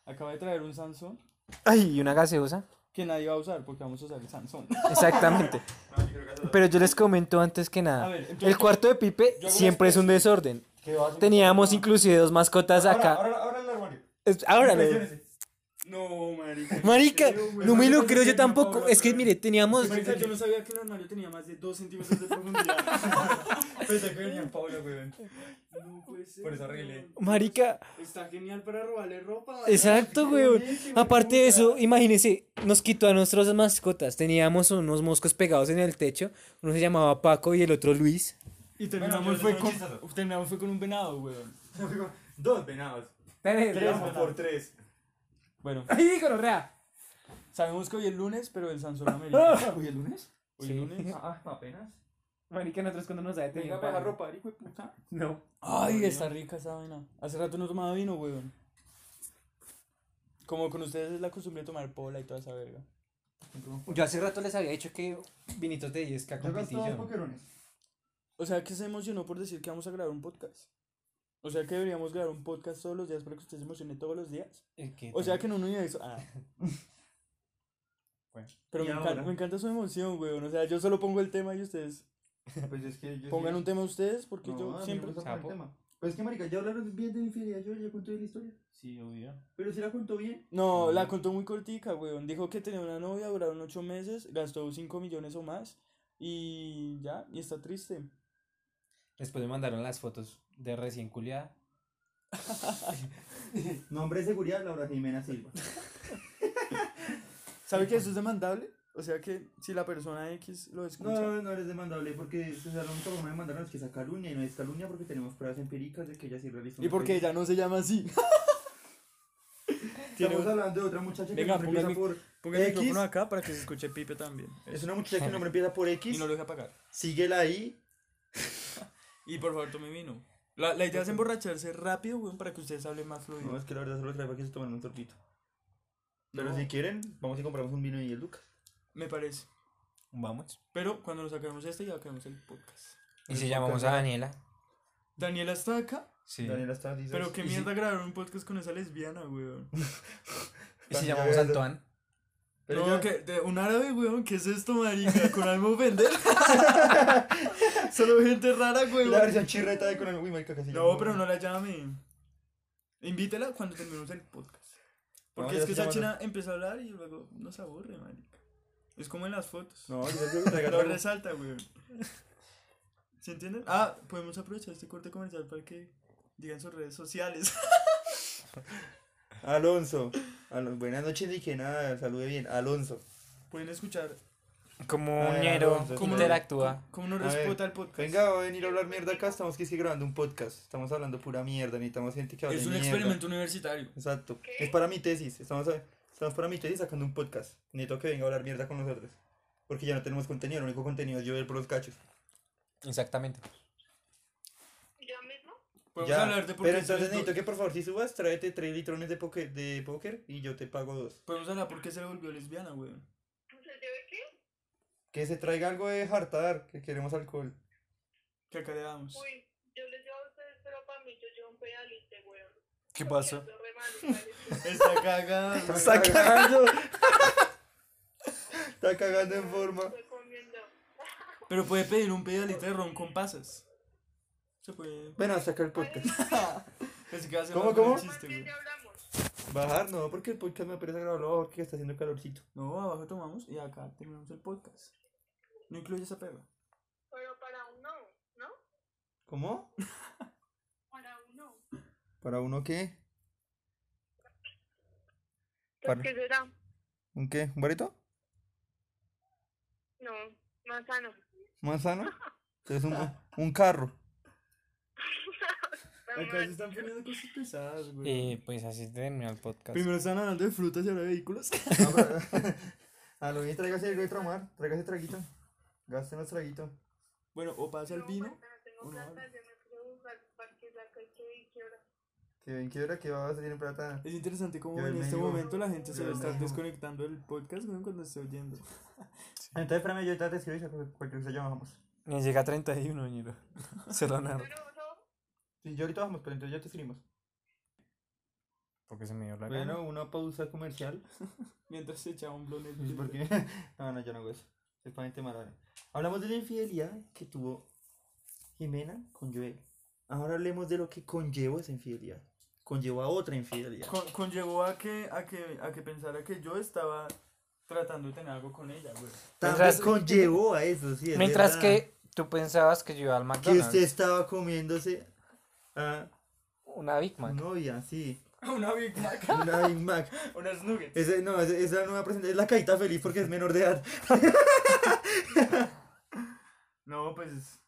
Acaba de traer un Sansón
Ay, y una gaseosa.
que nadie va a usar porque vamos a usar el Sansón.
Exactamente. Pero yo les comento antes que
A
nada.
ver, entonces
El cuarto de Pipe
yo hago
siempre
una
es un desorden. Teníamos inclusive dos mascotas acá.
Ahora el armario.
Es- Ahora, lo-
No, marica.
Marica, no me lo creo yo
Marica,
tampoco. Es que mire, teníamos
Marica, yo no sabía que el armario tenía más de 2 centímetros de profundidad.
Pensé que venía Paula, weón.
No puede ser,
Por eso arreglé.
weón.
Marica,
Está genial para robarle ropa.
exacto, weón. Aparte de eso, imagínese, nos quitó a nuestras mascotas. Teníamos unos moscos pegados en el techo. Uno se llamaba Paco y el otro Luis.
Y terminamos,
Bueno, yo- yo
fue
chistoso.
con, terminamos fue con un venado, weón.
Dos venados. Tres por tres.
Bueno,
Ay, gonorrea.
sabemos que hoy es lunes, pero el Sansón americano. ¿Hoy es lunes? ¿Hoy es
Sí.
lunes?
Ah, apenas.
Marica, nosotros cuando nos había tenido.
para ropa, hijo de puta.
No.
Ay, está rica esa vaina. Hace rato no tomaba vino, weón. Como con ustedes es la costumbre de tomar pola y toda esa verga.
Yo hace rato les había dicho que vinitos de 10k con pitillo.
pokerones.
O sea, que se emocionó por decir que vamos a grabar un podcast. O sea, que deberíamos grabar un podcast todos los días para que usted se emocione todos los días.
Eh,
O sea, que en un universo. Ah. Pero
¿Y
me encanta,
ahora?
me encanta su emoción, weón. O sea, yo solo pongo el tema y ustedes
Pues es que yo.
pongan un tema ustedes porque
No, a
yo
mí
siempre.
me gusta poner tema. Pues es que, marica, ya hablaron bien de mi infidelidad. Yo ya conté la historia.
Sí, obvio.
Pero si la contó bien.
No, la contó muy cortica, weón. Dijo que tenía una novia, duraron ocho meses, gastó cinco millones o más y ya, y está triste.
Después me mandaron las fotos de recién culiada.
Nombre de seguridad, Laura Jimena Silva.
¿Sabe que eso es demandable? O sea que si la persona X lo
No,
escucha.
no, no eres demandable porque o sea, lo único que me mandaron es que esa calumnia y no es calumnia porque tenemos pruebas empíricas de que ella sí realizó.
y
una
porque
peli-
ella no se llama así. Tiene
Estamos
un-
hablando de otra muchacha que
Venga,
el nombre
ponga el
empieza por
Ponga el
X.
micrófono acá para que se escuche Pipe también.
Es una muchacha que el nombre empieza por
Y
X.
no lo deje apagar.
Síguela ahí.
Y por favor, tome vino. La, la idea es emborracharse rápido, weón, para que ustedes hablen más
No,
fluido.
es que la verdad solo trae para que se tomen un tortito. Pero
No.
si quieren, vamos y compramos un vino y el Lucas.
Me parece.
Vamos.
Pero cuando nos saquemos este, ya acabemos el podcast.
Y si llamamos a Daniela.
Daniela está acá.
Sí.
Daniela está dice,
Pero qué
Y si-
mierda grabar un podcast con esa lesbiana, weón.
Y si llamamos a Antoine.
Pero
no,
ya-
que de- un árabe, weón, ¿qué es esto, marica? Con alma ofender. Solo gente rara,
La
weón.
versión chirreta de Conan. Uy, marica, casi.
No, pero no la llame. Invítela cuando terminemos el podcast. Porque
No,
es
ya
que
se
esa
llama-
china empieza a hablar y luego no se aburre, marica. Es como en las fotos.
No, yo creo que traiga
Lo
trago.
resalta, weón. ¿Se entienden? Ah, podemos aprovechar este corte comercial para que digan sus redes sociales.
Alonso. Alon- Buenas noches y que nada, salude bien. Alonso.
Pueden escuchar
Como
Ah,
un ñero
Alonso,
¿cómo no?
interactúa.
cómo nos
A ver,
respeta el podcast.
Venga, va a venir a hablar mierda acá. Estamos que es que grabando un podcast. Estamos hablando pura mierda. Necesitamos gente que hable
es un
mierda.
experimento universitario.
Exacto. Es para mi tesis. Estamos, a- estamos para mi tesis sacando un podcast. Necesito que venga a hablar mierda con nosotros. Porque ya no tenemos contenido. El único contenido es llover por los cachos.
Exactamente.
¿Yo mismo?
Podemos
Ya.
hablar de por qué
Pero entonces
se les
necesito
vol-
que por favor si subas, tráete 3 litrones de póker, de póker y yo te pago dos.
Podemos hablar por qué se volvió lesbiana, weón.
¿Se debe qué?
Que se traiga algo de hartar, que queremos alcohol.
Que acá le damos.
Uy, yo les llevo a ustedes, pero para mí yo llevo un pedalite, weón.
¿Qué
Yo soy re maluca, les-
Está cagada.
Está cagando. Está cagando en forma.
Estoy comiendo.
Pero puede pedir un pedalito de ron con pasas. Se puede.
Ven a sacar el podcast.
Es que hace
¿Cómo,
mal con el
cómo?
chiste,
¿Qué
güey.
ya hablamos?
Bajar no, porque el podcast me parece grabarlo ahora que está haciendo calorcito.
No, abajo tomamos y acá terminamos el podcast. No incluye esa perra.
Pero para uno, ¿no?
¿Cómo?
Para uno.
¿Para uno qué? Para-
¿Por Pues, qué será?
¿Un qué? ¿Un barito?
No, más sano.
¿Más sano? Entonces un, un carro.
Acá se están poniendo cosas pesadas, güey.
Eh,
Y pues así terminó el podcast.
Primero están hablando de frutas y ahora de vehículos.
A lo bien tráigase algo de tramar, tráigase traguito. Gástenos traguito.
bueno, o pasa el vino.
Tengo
uno
plata,
habla.
yo me quiero buscar parque, la que hay que hora.
Que ven que ahora que va a salir en plata.
Es interesante cómo
Yo
en
del
este
medio.
momento la gente se
Yo
va a
del
estar
medio.
desconectando del podcast güey, cuando esté oyendo.
Entonces, espérame, yo ya te escribo y cual- cualquier cosa llamamos.
Ni llega a 31, ñero. Se lo narro.
Pero no,
Sí, yo ahorita vamos, pero entonces ya te escribimos.
Porque se me dio la gana.
Bueno, una pausa comercial.
Mientras se echaba un blonde.
Pues, ¿Por qué? No, no, yo no hago eso. Es para gente mala. Hablamos de la infidelidad que tuvo Jimena con Joel. Ahora hablemos de lo que conllevó esa infidelidad. Conllevó a otra infidelidad.
Con- conllevó a que, a, que, a que pensara que yo estaba tratando de tener algo con ella, güey.
También
Mientras-
conllevó a eso, sí. es
Mientras
verdad.
que tú pensabas que yo iba al
Que este-
McDonald's.
usted estaba comiéndose a
Una Big
su
Mac.
novia, sí.
Una Big Mac,
Una Big Mac.
unas nuggets.
Ese, no, ese- esa nueva presentación es la carita feliz porque es menor de edad.
No, pues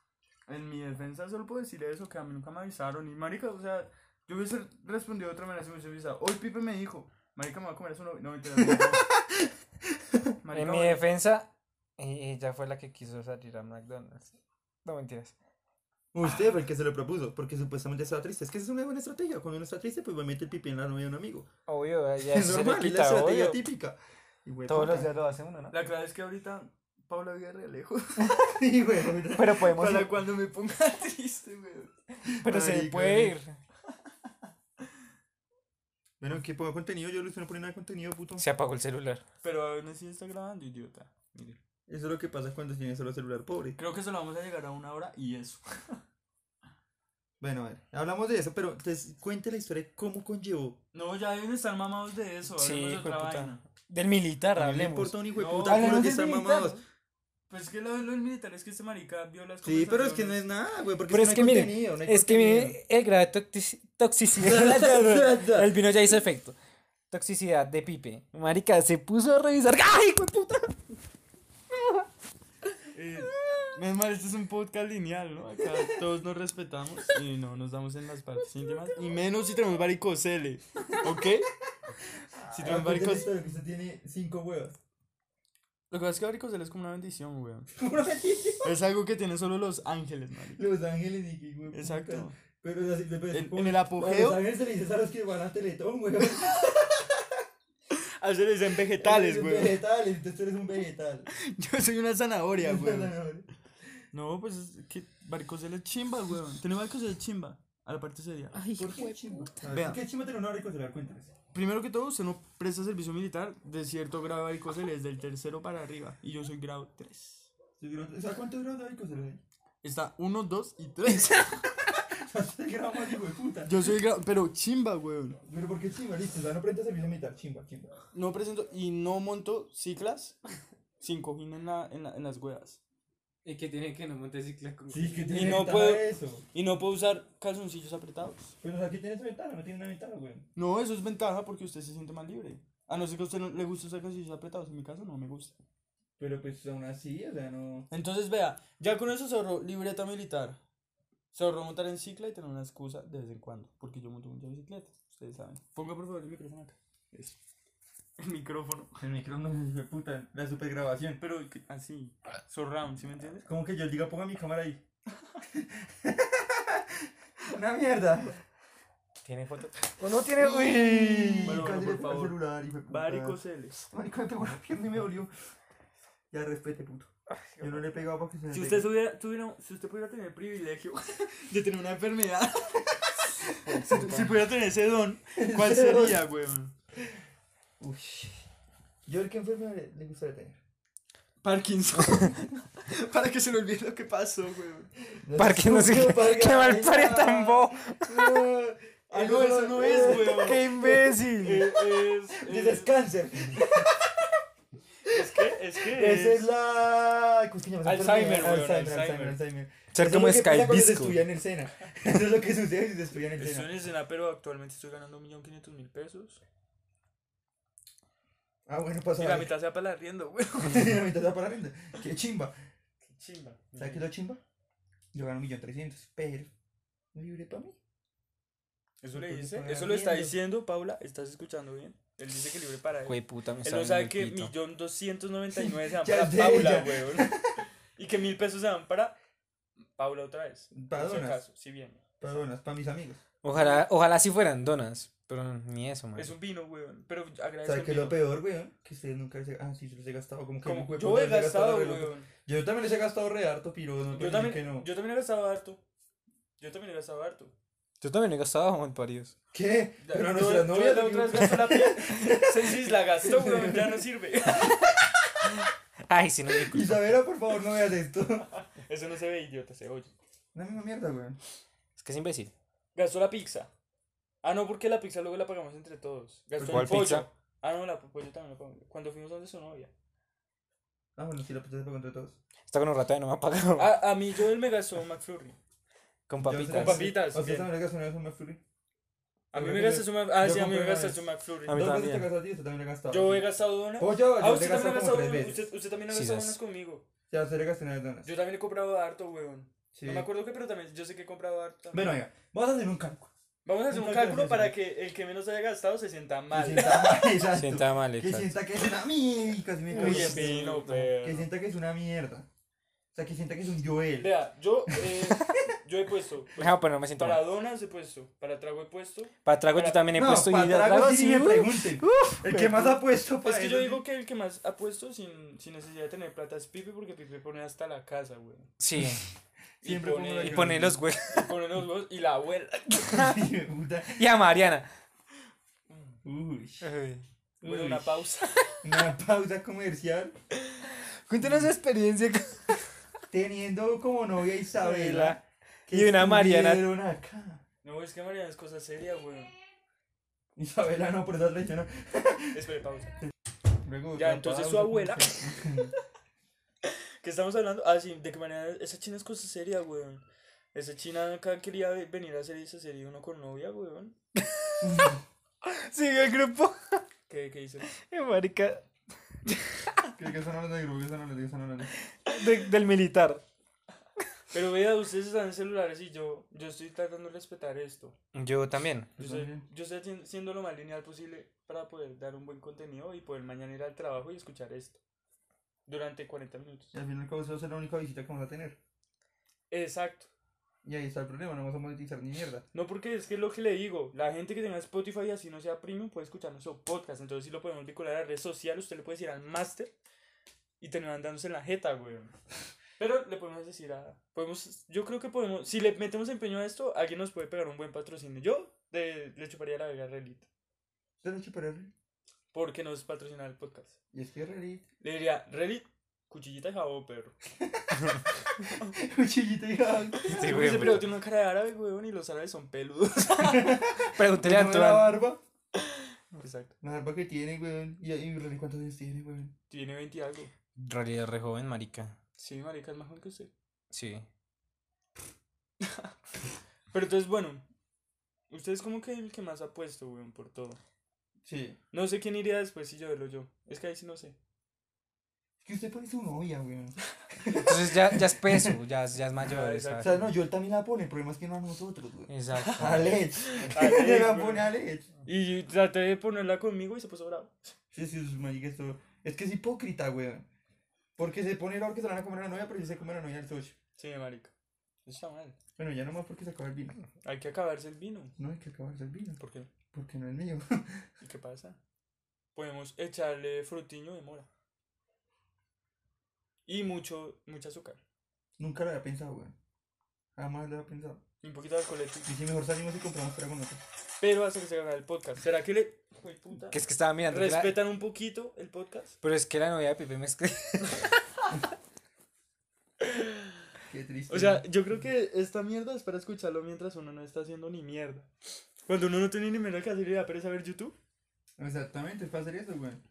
en mi defensa solo puedo decir eso, que a mí nunca me avisaron. Y marica, o sea, yo hubiese respondido de otra manera si me hubiese avisado. Hoy Pipe me dijo, marica, me va a comer eso. No, no mentira, no, no.
En
Marica,
mi
bueno,
defensa, e- ella fue la que quiso salir a McDonald's. No mentiras.
Usted fue el que se lo propuso, porque supuestamente estaba triste. Es que esa es una buena estrategia. Cuando uno está triste, pues va a meter el pipí en la novia de un amigo.
Obvio, ella
Es
se le
normal, es la
quita,
estrategia
obvio.
típica. Y güey,
Todos
puta.
los días lo hace uno, ¿no?
la clave es que ahorita Paula vive re lejos.
Sí, güey, puta.
Pero podemos
Para
ir-
cuando me ponga triste, güey.
pero se
marica,
puede ir.
Bueno, que ponga contenido, yo Luis no pone nada de contenido, puto.
Se apagó el celular.
Pero aún así está grabando, idiota. Mire.
Eso es lo que pasa cuando tienes solo celular pobre.
Creo que solo vamos a llegar a una hora y eso.
Bueno, a ver, hablamos de eso, pero entonces cuente la historia de cómo conllevó.
No, ya deben estar mamados de eso.
Sí,
hablemos de
hijo de
otra
puta.
vaina.
Del militar,
A mí me
hablemos.
importa un hijo de
No,
puta con lo
hablemos
que
de
están
militar.
mamados.
Pues que lo de los militares que este marica vio las
Sí, pero es que no
conversaciones.
es nada, güey, porque
Pero
si
es que
no hay
mire,
contenido, no hay
Es que
contenido.
mire, el grado de toxi- toxicidad. el vino ya hizo efecto. Toxicidad de Pipe. Marica, se puso a revisar. ¡Ay, hijo de puta!
Eh, menos mal, este es un podcast lineal, ¿no? Acá todos nos respetamos y no nos damos en las partes íntimas. Y menos si tenemos varicocele, ¿ok? Si tenemos
Ah, cuente la
varicocele.
historia, que usted tiene cinco huevas.
Lo que pasa es que varicocele es como una bendición, weón. Es algo que tienen solo los ángeles, marica.
Los Ángeles y que, güey, puta.
Exacto.
Pero es así, pero es
En,
como-
en el
A Los
apogeo,
Ángeles se le dice a los que van a Teletón, güey.
a se les dicen vegetales, weón.
Vegetales, entonces tú eres un vegetal.
Yo soy una zanahoria, weón.
Zanahoria.
No, pues es que varicocele es chimba, weón. Tiene varicocele chimba. A la parte seria.
¿Por qué chimba?
Vea.
¿Por qué chimba tener una hora y considerar cuentas?
Primero que todo, usted no presta servicio militar de cierto grado de varicocele, es del tercero para arriba. Y yo soy grado 3.
O sea, ¿cuántos grados de hora y considerar?
Está 1, 2 y 3.
El grado más hijo de puta.
Yo soy grado, pero chimba, weón.
Pero ¿por qué chimba? Listo, o sea, no prestas servicio militar, chimba, chimba.
No presento y no monto ciclas sin cojín en, la- en la- en las weas.
Y que tiene que no montar cicla con
Sí, que
Y
tiene
no
ventaja
puedo-
eso.
Y no puedo usar calzoncillos apretados.
Pero aquí tienes ventaja, no tiene una ventaja, güey.
No, eso es ventaja porque usted se siente más libre. A no ser que a usted no le guste usar calzoncillos apretados. En mi caso no me gusta.
Pero pues aún así, o sea, no.
Entonces vea, ya con eso se ahorró libreta militar. Se ahorró montar en cicla y tener una excusa de vez en cuando. Porque yo monto mucha bicicleta, ustedes saben. Ponga por favor el micrófono acá. Eso. El micrófono.
El micrófono fue puta, la supergrabación.
Pero que- así, surround, ¿sí me entiendes?
Como que yo diga, ponga mi cámara ahí. una mierda.
¿Tiene foto?
O no tiene,
Bueno,
güey.
bueno,
Casi
por
le pegó el
favor.
celular, hijo de puta.
Varicos L.
Marico, me pegó la pierna y me dolió. Ya respete, puto. Yo no le he pegado para que se me
Si
pegue.
usted, tuviera, tuviera- si usted pudiera tener el privilegio de tener una enfermedad, si, si pudiera tener ese don, ¿cuál sería, weón?
Uy. Yo el que enfermo le, le gustaría tener.
Parkinson. Para que se le olvide lo que pasó, weón.
Parque, no sé qué-
Parque,
qué mal parió
ah,
tan bobo.
ah,
Ah, no, eso no es, weón.
¡Qué imbécil!
Eh, Es,
Ese es
es,
cáncer.
es que, es que
Esa es la. ¿Cómo es que llamas?
Alzheimer, weón,
Alzheimer, Alzheimer,
Alzheimer.
Alzheimer, Alzheimer.
Ser
Eso es
como
lo que pasa
Sky
cuando se
Disco.
estudian el Sena. Eso es lo que sucede si se estudian el
Estoy en
Sena.
escena, pero actualmente estoy ganando 1.500.000 pesos.
Ah, bueno, pasa.
Y la mitad se va para la rienda, weón.
la mitad da para la renta. Qué chimba.
Qué chimba.
¿Sabes qué es lo chimba? Yo gano 1.300.000, pero. Libre para mí.
Eso le
Porque
dice,
paga
eso lo está
arriendo.
diciendo, Paula, ¿estás escuchando bien? Él dice que libre para él.
Güey, puta, me
él
está
no sabe
doliendo
que
el pito.
millón doscientos noventa y nueve se van
Ya
para
sé,
Paula,
ya.
weón. Y que mil pesos se van para Paula otra vez.
Para
por si
donas.
acaso, si bien.
Para donas, para mis amigos.
Ojalá, ojalá sí fueran donas, pero ni eso, man.
Es un vino, weón. Pero agradezco.
¿Sabes
el
qué es lo
vino.
peor, weón? Que ustedes nunca se. Ah, sí, yo los he gastado. Como que.
Como
hijo de
yo
puta,
he
los
gastado,
re loco.
weón.
Yo también les he gastado re harto, pero no
Yo
puedo decir que
también,
no.
yo también he gastado harto. Yo también he gastado harto.
Yo también he gastado como en París.
¿Qué?
Ya,
Pero
yo-
nuestras
yo
novias.
la otra vez gastó la piel. Sí, sí, la gastó, weón. Ya no sirve.
Ay, si no es mi culpa.
Isabela, por favor, no veas esto.
Eso no se ve, idiota, se oye.
La misma mierda, weón.
Es que es imbécil.
Gastó la pizza. Ah, no, porque la pizza luego la pagamos entre todos. Gastó
¿Cuál
el pollo.
pizza?
Ah, no, la pollo también la pagamos. Cuando fuimos donde su novia.
Ah, bueno, sí, la puta se fue contra todos.
Está con un rato y no me ha pagado.
Ah,
Ah, A, a mí yo él me gastó McFlurry.
con
Yo sé-
papitas.
Con papitas,
O sea,
bien.
también le gastas una vez un McFlurry.
A mí
Yo
me
creo que
gastó su McFlurry. Ah,
yo
sí, a mí me
compré una
gastó
vez.
su McFlurry.
A mí
Dos veces te
también.
gastaste y usted también le ha gastado.
Yo he gastado donas.
Pollo,
Ah,
yo le he
usted también ha
gastado como
gastado
tres
donas.
veces.
Usted, usted también ha
Sí,
gastado
sas.
donas conmigo.
Ya, usted le gasté una vez donas.
Yo también he comprado harto, weón.
Sí.
No me acuerdo qué, pero también yo sé que he comprado harto. también.
Bueno, venga, vamos a hacer un cálculo.
Vamos a hacer un
Nunca
cálculo
hacemos
para
eso.
que el que menos haya gastado se sienta mal.
Que sienta mal, exacto.
Sienta mal,
Que
exacto.
sienta que es una mierda. Casi me
Uy,
cago.
en vino, pero.
Que sienta que es una mierda. O sea, que sienta que es un Joel.
Vea, yo, eh, yo he puesto. pues,
Ah, pero no me siento
para
mal.
donas he puesto. Para trago he puesto.
Para trago yo
para-
también he
no,
puesto.
para
y de
tragos
trago
sí
sí,
ni me
uh.
pregunten. el que más ha puesto
Es
para
Pues que
eso
yo
sí.
digo que el que más ha puesto sin, sin necesidad de tener plata es Pipe porque Pipe pone hasta la casa, güey.
Sí,
Siempre
y
pongo la
pone,
y
Yo-
pone los huevos.
y pone los huevos y la abuela.
Sí, puta.
Y a Mariana.
Uy.
Bueno,
Uy.
una pausa.
Una pausa comercial.
Cuéntanos su experiencia. con-
Teniendo como novia a Isabela. que
Y una Mariana.
estuvieron acá.
No, es que Mariana es cosa seria, güey.
Isabela no, por esa traición.
Espere, pausa.
Luego
Ya,
otra
entonces su
pausa
abuela.
comercial.
¿Qué estamos hablando? Ah, sí, de que Mariana, esa china es cosa seria, güey. Esa china acá quería ve- venir a hacer esa serie uno con novia, güey.
Sigue el grupo.
¿Qué, qué hizo?
Eh, Marica.
Creo que eso no lo digo, que eso no lo digo, eso no lo digo.
de- del militar.
Pero vea, ustedes están en celulares y yo, yo estoy tratando de respetar esto.
Yo también.
Yo
Yo
estoy,
también.
yo estoy haci- siendo lo más lineal posible para poder dar un buen contenido y poder mañana ir al trabajo y escuchar esto durante 40 minutos.
Y al final, cabo, eso es la única visita que vamos a tener.
Exacto.
Y ahí está el problema, no vamos a monetizar ni mierda.
No porque es que es lo que le digo, la gente que tenga Spotify y así no sea premium puede escuchar nuestro podcast, entonces si lo podemos vincular a la red social, usted le puede decir al máster y terminan dándose en la jeta, güey. Pero le podemos decir a... Podemos, yo creo que podemos... Si le metemos empeño a esto, alguien nos puede pegar un buen patrocinio. Yo de- le chuparía la vega a Relit,
¿Te lo he hecho para Reddit?
porque nos patrocina el podcast.
Y es que Reddit.
Le diría, Reddit, cuchillita de jabón, perro.
Cuchillito y jabón.
Sí,
Porque
güey.
ese perro tiene una cara de árabe, weón, y los árabes son peludos.
Pregúntele a
Como la
Antoine.
barba.
Exacto.
La barba que tiene, weón. Y, y Reddit, ¿cuántos años tiene, weón?
Tiene 20 y algo.
En realidad, re joven, Marica.
Sí, marica, es mejor que usted.
Sí.
Pero entonces, bueno, usted es como que el que más ha puesto, weón, por todo.
Sí.
No sé quién iría después si yo o yo. Es que ahí sí no sé.
Es que usted pone su novia, weón.
Entonces ya, ya es peso, ya, es- ya es mayor.
Ah,
O
exacto.
exacto.
sea, no, yo también la pone, el problema es que no a nosotros, weón.
Exacto.
A Alex.
Alex,
Le va a
Ah, weón.
poner a Alex.
Y traté de ponerla conmigo y se puso bravo.
Sí, sí, es marica, esto. Es que es hipócrita, weón. Porque se pone bravo que se la van a comer a la novia, pero sí se come a la novia al socio.
Sí, marica. Eso Está mal.
Bueno, ya nomás porque se acaba el vino.
Hay que acabarse el vino.
No hay que acabarse el vino,
¿Por qué?
porque no es mío.
¿Y qué pasa? Podemos echarle frutiño de mora. Y mucho, mucho azúcar.
Nunca lo había pensado, weón. Jamás lo había pensado.
Y un poquito de alcoholético.
Y si mejor salimos y compramos trago nosotros.
Pero hasta que se haga el podcast. ¿Será que le. Jue puta.
Que es que estaba mirando. que la-
¿Respetan un poquito el podcast?
Pues
Pero es que la novia de Pipe me escribe.
Qué triste.
O sea, yo creo que esta mierda es para escucharlo mientras uno no está haciendo ni mierda. Cuando uno no tiene ni mierda que hacer y le da pereza ver YouTube,
Exactamente, es para hacer eso, weón.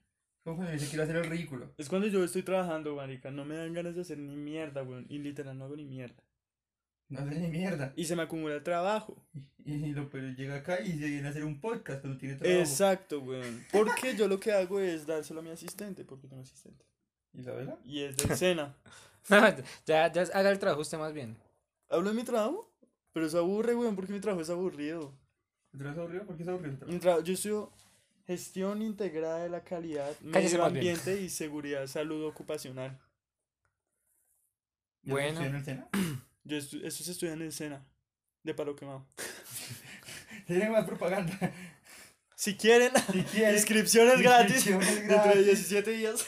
Como cuando dice quiero hacer el ridículo.
es cuando yo estoy trabajando, marica. No me dan ganas de hacer ni mierda, weón. Y literal no hago ni mierda.
No hace ni mierda.
Y se me acumula el trabajo.
Y lo pero llega acá y se viene a hacer un podcast cuando tiene trabajo.
Exacto, weón. Porque yo lo que hago es dárselo a mi asistente, porque tengo asistente.
¿Y la vela?
Y es de cena.
ya, ya haga el trabajo usted más bien.
Hablo de mi trabajo, pero eso aburre, weón, porque mi trabajo es aburrido.
¿El trabajo es aburrido? ¿Por qué es aburrido el trabajo?
Mi trabajo- yo estudio gestión integrada de la calidad,
Cállese
medio
más bien.
ambiente y seguridad, salud ocupacional.
¿Y eso
Bueno.
estudió en el Sena?
Yo estu estos estudian en Sena, de palo quemado.
Tiene más propaganda.
Si quieren,
Si quieres.
inscripciones gratis
inscripciones
dentro de
gratis.
17 días.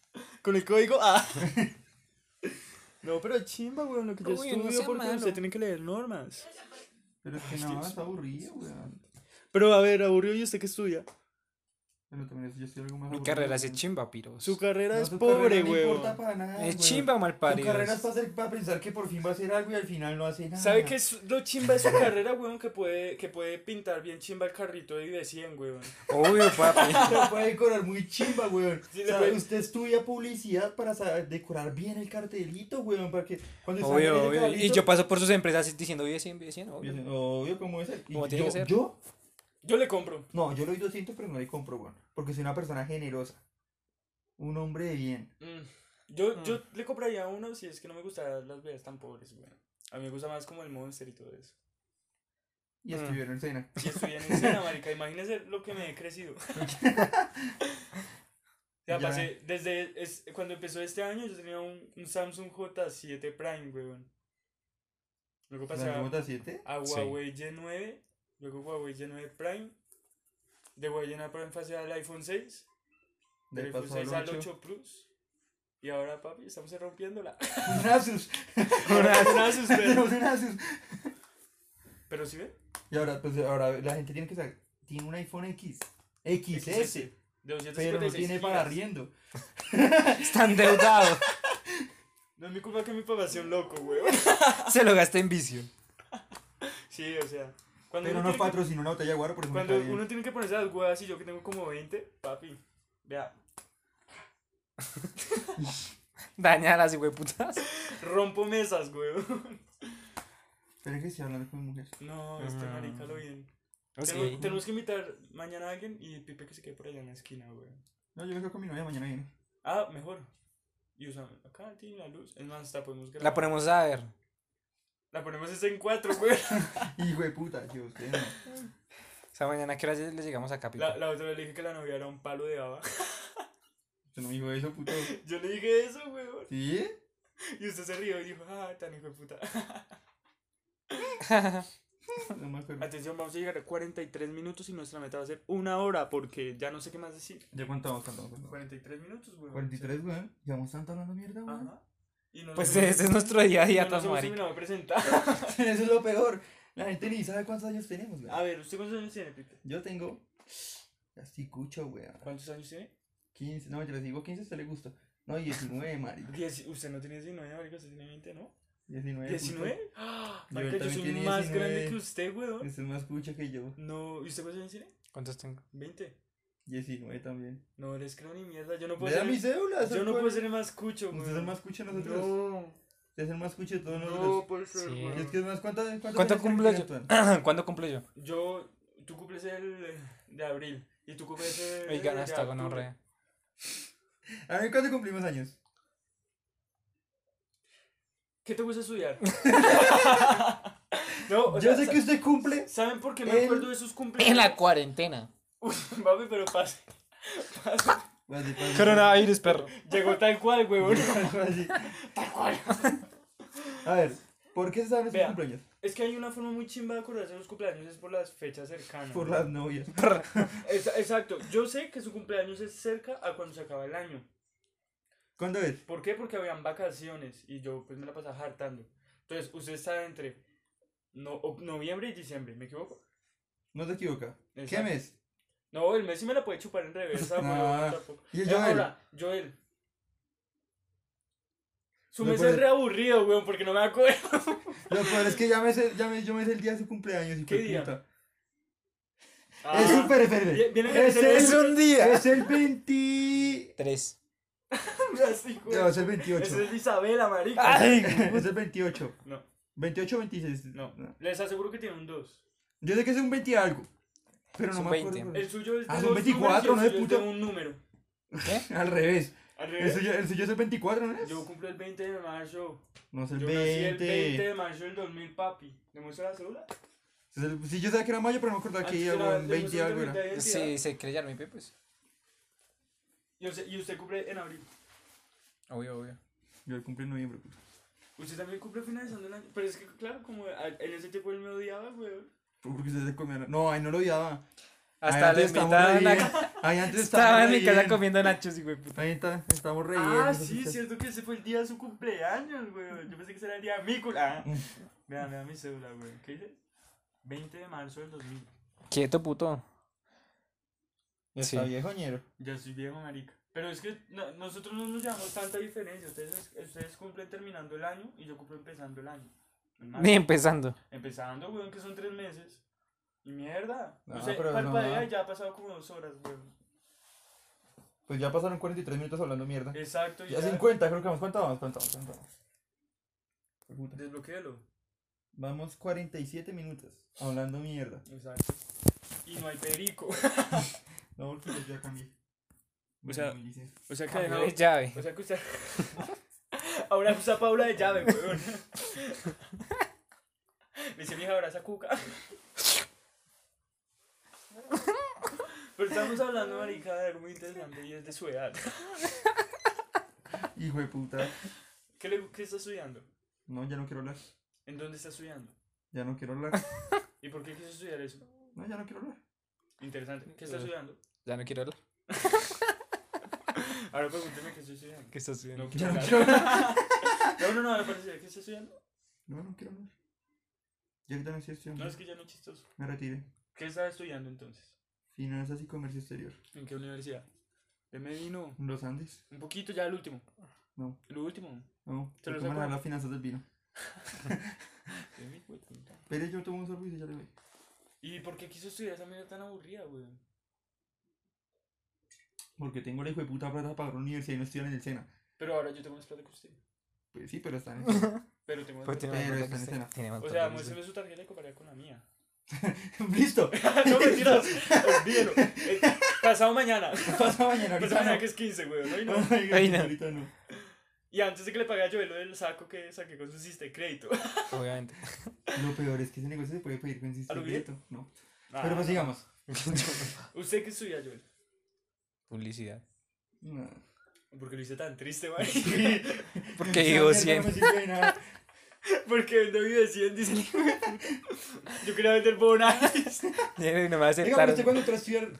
Con el código A. No, pero chimba, weón, lo que yo
Uy, no
estudio
sea
porque
malo.
usted tiene que leer normas.
Pero es que
Ay,
no,
Dios.
está aburrido, weón.
Pero a ver, aburrido, ¿y usted qué estudia?
Pero también yo estoy algo más
Mi
aburrido,
carrera es de
weón.
chimba, piros.
Su carrera
No,
es
tu
pobre,
carrera no
weón.
importa para nada,
es
weón.
chimba mal
Tu Ah, carrera es
paridos.
para, hacer- para pensar que por fin va a hacer algo y al final no hace nada.
¿Sabe qué es lo chimba de su carrera, weón? Que puede, que puede pintar bien chimba el carrito de de 100, weón.
Obvio, papi.
Se puede decorar muy chimba, weón.
Sí,
O sea,
le-
usted estudia publicidad para saber decorar bien el cartelito, weón. Para que cuando salga
Obvio,
el
obvio. Y
cartelito-
yo paso por sus empresas diciendo vive 100, vive 100, obvio.
Obvio, como es el- y
Como
yo,
tiene que ser.
yo-
Yo le compro.
no, yo lo doy 200, pero no le compro, weón. Porque soy una persona generosa. Un hombre de bien.
Mm, Yo, yo le compraría uno si es que no me gustan las bebidas tan pobres, güey. A mí me gusta más como el Monster y todo eso.
Y
Mm.
estuvieron en cena.
Y estoy en escena, marica. Imagínese lo que me he crecido. O sea,
Ya.
pasé, desde es- cuando empezó este año yo tenía un, un Samsung J7 Prime, weón. Luego pasé
¿La
a,
nota 7?
a
Sí.
Huawei G9, luego Huawei G9 Prime. De Huawei G9 Prime pasé al iPhone 6, del
Le
iPhone
pasó al
6 al
8.
8 Plus. Y ahora, papi, estamos rompiéndola.
Un Asus.
Abrazos, pero-
Tenemos un Asus.
Pero si ven,
Y ahora, pues ahora la gente tiene que saber. Tiene un iPhone X. XS.
XS, de 256
Pero no tiene para
gigas.
arriendo.
Está endeudado.
No es mi culpa que mi papá sea un loco, güey.
Se lo gasta en vicio.
Sí, o sea. Cuando,
Pero
uno,
no
tiene que-
patrocinó una botella de guaro, por eso no
cuando
está bien.
uno tiene que ponerse las huevas y yo que tengo como 20, papi, vea,
Daña a las putas.
rompo mesas, güey.
Pero es que estoy hablando con mujeres.
No, este
Ah.
marica lo bien. Tenemos, tenemos que invitar mañana a alguien y Pipe que se quede por allá en la esquina, güey.
No, yo me quedo con mi novia, mañana viene.
Ah, mejor. Y usamos acá, tiene la luz. Es más, hasta podemos grabar.
La ponemos a ver.
La ponemos es en cuatro, güey.
Hijo de puta, yo, usted no.
O sea, mañana, ¿a ¿qué hora le llegamos acá, Pipe?
La, la otra vez le dije que la novia era un palo de baba.
Usted no me dijo eso, puto.
Yo le dije eso, güey.
¿Sí?
Y usted se rió y dijo, ah, tan hijo de puta.
No me acuerdo.
Atención, vamos a llegar a 43 minutos y nuestra meta va a ser una hora porque ya no sé qué más decir.
Ya contamos, contamos. contamos.
43 minutos, güey.
43, weón. Llevamos tanto hablando mierda, weón.
Ajá. Y no
Pues
nos hemos-
ese es nuestro día a día,
no nos
tan
hemos
marica.
terminado de presentar.
Eso es lo peor. La gente ni sabe cuántos años tenemos, weón.
A ver, ¿usted cuántos años tiene, Pipe?
Yo tengo. Así cucho, weón.
¿Cuántos años tiene?
15. No, yo les digo 15, a usted le gusta. No, 19, marica.
Dieci- usted no tiene 19, marica, usted tiene 20, ¿no?
19. puto.
¿19? ¡Ah! Marica, yo,
también
soy
tenía
más
19.
grande que usted, weón.
Usted es más cucho que yo.
No, ¿y usted cuántos años tiene?
¿Cuántos tengo?
20.
19 también.
No les creo ni mierda, yo no puedo
Vea
ser.
mi cédula.
Yo no puedo
puedo
ser el más cucho,
Usted es el
weón.
más cuche de nosotros. Usted es el más cuche de todos nosotros.
No, puede ser,
Sí.
Y
weón.
es que es más, ¿cuánto, cuánto,
¿Cuánto
tienes que
cumplo
cumplir,
yo?
Antoine?
¿Cuándo cumplo yo?
Yo, tú cumples el eh, de abril y tú cumples el.
Oigan,
eh,
de
hasta
octubre.
gonorrea.
A ver, ¿cuánto cumplimos años?
¿Qué te gusta estudiar? no, o
Yo
sea,
sé que usted cumple.
¿Saben por qué me
El-
acuerdo de sus cumpleaños?
En la cuarentena.
Uy, papi, pero pase. Pase.
Así, así,
Coronavirus, perro.
Llegó tal cual, weón.
así.
Tal cual.
A ver, ¿por qué se saben sus
Vea.
cumpleaños?
Es que hay una forma muy chimba de acordarse de los cumpleaños, es por las fechas cercanas.
Por las novias.
Es- exacto. Yo sé que su cumpleaños es cerca a cuando se acaba el año.
¿Cuándo es?
¿Por qué? Porque habían vacaciones y yo pues me la pasaba hartando. Entonces, usted está entre no, o- noviembre y diciembre, ¿me equivoco?
No te equivoca. ¿Qué
Exacto.
mes?
No, el mes sí me la puede chupar en reversa,
Ah,
weón, tampoco.
y el
Eh,
Joel.
Ahora, Joel. Su
Me
mes
parece-
es reaburrido, weón, porque no me acuerdo.
Lo peor es que ya me sé, ya me, yo me sé el día de su cumpleaños. hijo
¿Qué
de
día?
puta.
Ah,
Es súper
vie-
efeméride.
Viene
Es
el
el-
un día.
Es el 20.
Tres.
No, es el
Esa
28.
es Isabela, marica.
Es el 28.
No.
28 o 26.
No, les aseguro que tiene un 2.
Yo sé que es un 20 algo. Pero
Es
no
un
me
20.
acuerdo.
El suyo es de
Ah, son
dos
24,
números y el
¿no, de
suyo es
puta?
de un número.
Al revés.
Al
El
revés,
suyo, el suyo es el 24, ¿no es?
Eh. Yo cumplo el 20 de marzo.
No es el
Yo nací el 20
20.
de marzo del 2000, papi. ¿Le muestro la cédula?
Es el- Sí, yo sabía que era mayo, pero no me acuerdo que
Antes
era
era-
un
le
20
muestro
algo.
la
Era.
identidad.
Sí, se creyeron mi pepe. pues.
Y usted, y usted cumple en abril.
Obvio, obvio.
Yo cumplí en noviembre. pues. puta.
Usted también cumple finalizando el año. Pero es que, claro, como a- en ese tiempo él me odiaba, weón.
Por- Porque ustedes se comían. No, ahí no lo odiaba. Ahí
Hasta le
antes estábamos re
invitaron
bien.
a...
Ahí antes
Estaba en
estábamos
mi casa
re bien.
comiendo nachos y güey puta.
Ahí está, estamos re
Ah,
bien.
sí, cierto que ese fue el día de su cumpleaños, weón. Yo pensé que era el día de mi cumpleaños. Ah, vean, vean mi cédula, weón. ¿Qué dice? 20 de marzo del 2000.
Quieto, puto.
Está
Sí.
viejo, ñero.
Ya soy viejo, marica. Pero es que no- nosotros no nos llevamos tanta diferencia. Ustedes, ustedes cumplen terminando el año y yo cumplo empezando el año. En marzo.
Ni empezando.
Empezando, weón, que son tres meses. Y mierda.
No,
o sea,
pero no.
parpadea y ya ha pasado como dos horas, weón.
Pues ya pasaron 43 minutos hablando mierda.
Exacto. y
Ya 50, creo que vamos. ¿Cuánto vamos? ¿Cuánto vamos? ¿Cuánto vamos? Hijo de puta.
Desbloquéalo.
Vamos 47 minutos hablando mierda.
Exacto. Y no hay perico.
No, porque yo ya cambié.
O sea,
Bueno, dice.
O sea que ha dejado-
Es llave.
O sea que usted. Ahora usa Paula de llave, weón. Me dice mi hija, abraza cuca. Pero estamos hablando, marica, de algo muy interesante y es de su edad.
Hijo de puta.
¿Qué, le, qué está estudiando?
No, ya no quiero hablar.
¿En dónde está estudiando?
Ya no quiero hablar.
¿Y por qué quiso estudiar eso?
No, ya no quiero hablar.
Interesante. ¿Qué está
Eh.
estudiando?
Ya no quiero hablar.
Ahora pregúnteme qué estoy estudiando.
¿Qué estás haciendo?
No,
Ya
quiero
no
hablar.
quiero hablar.
no, no, no, me parece. ¿Qué está estudiando?
No, no quiero hablar. Ya que ya no estoy estudiando,
No, es que ya no es chistoso.
me retiré.
¿Qué está estudiando entonces?
Finanzas y comercio exterior.
¿En qué universidad? De Medino.
Los Andes.
Un poquito ya, el último.
No.
El último.
No,
Se
se
los
toman
saco.
las finanzas del vino. Pero yo tomo un sorbo y ya le doy.
¿Y por qué quiso estudiar esa mierda tan aburrida, weón?
Porque tengo la hijo de puta plata para pagar una universidad y no estudian en el Sena.
Pero ahora yo tengo más plata que usted.
Pues sí, pero están en el
Pero tengo más
Pues
plata.
tiene más
Pero
plata
está en
que usted.
escena.
Tiene más
O
plata
sea,
que usted.
muéstreme su tarjeta y comparé con la mía.
¡Listo!
no, mentiras. Olvídelo. Eh, pasado mañana.
Pasa mañana,
Pasado
ahorita
mañana
no.
que es 15, weón. Hoy no.
Oiga,
Ay, no.
ahorita no.
Y antes de que le pague a Joel lo del saco que saqué con su sistema de crédito.
Obviamente.
Lo peor es que ese negocio se puede pedir con
¿A lo
sistema
bien?
directo. No.
Ah,
Pero pues sigamos.
¿Usted qué estudia, Joel?
Publicidad.
No.
Porque lo hice tan triste, weón.
Porque
Esa
digo
mierda No me
100.
sirve de nada.
Porque vendo vive 100, dice el hijo de puta. Yo quería vender bonais.
Y no me
Oiga, pero
aceptaron.
usted este, cuando entró a estudiar,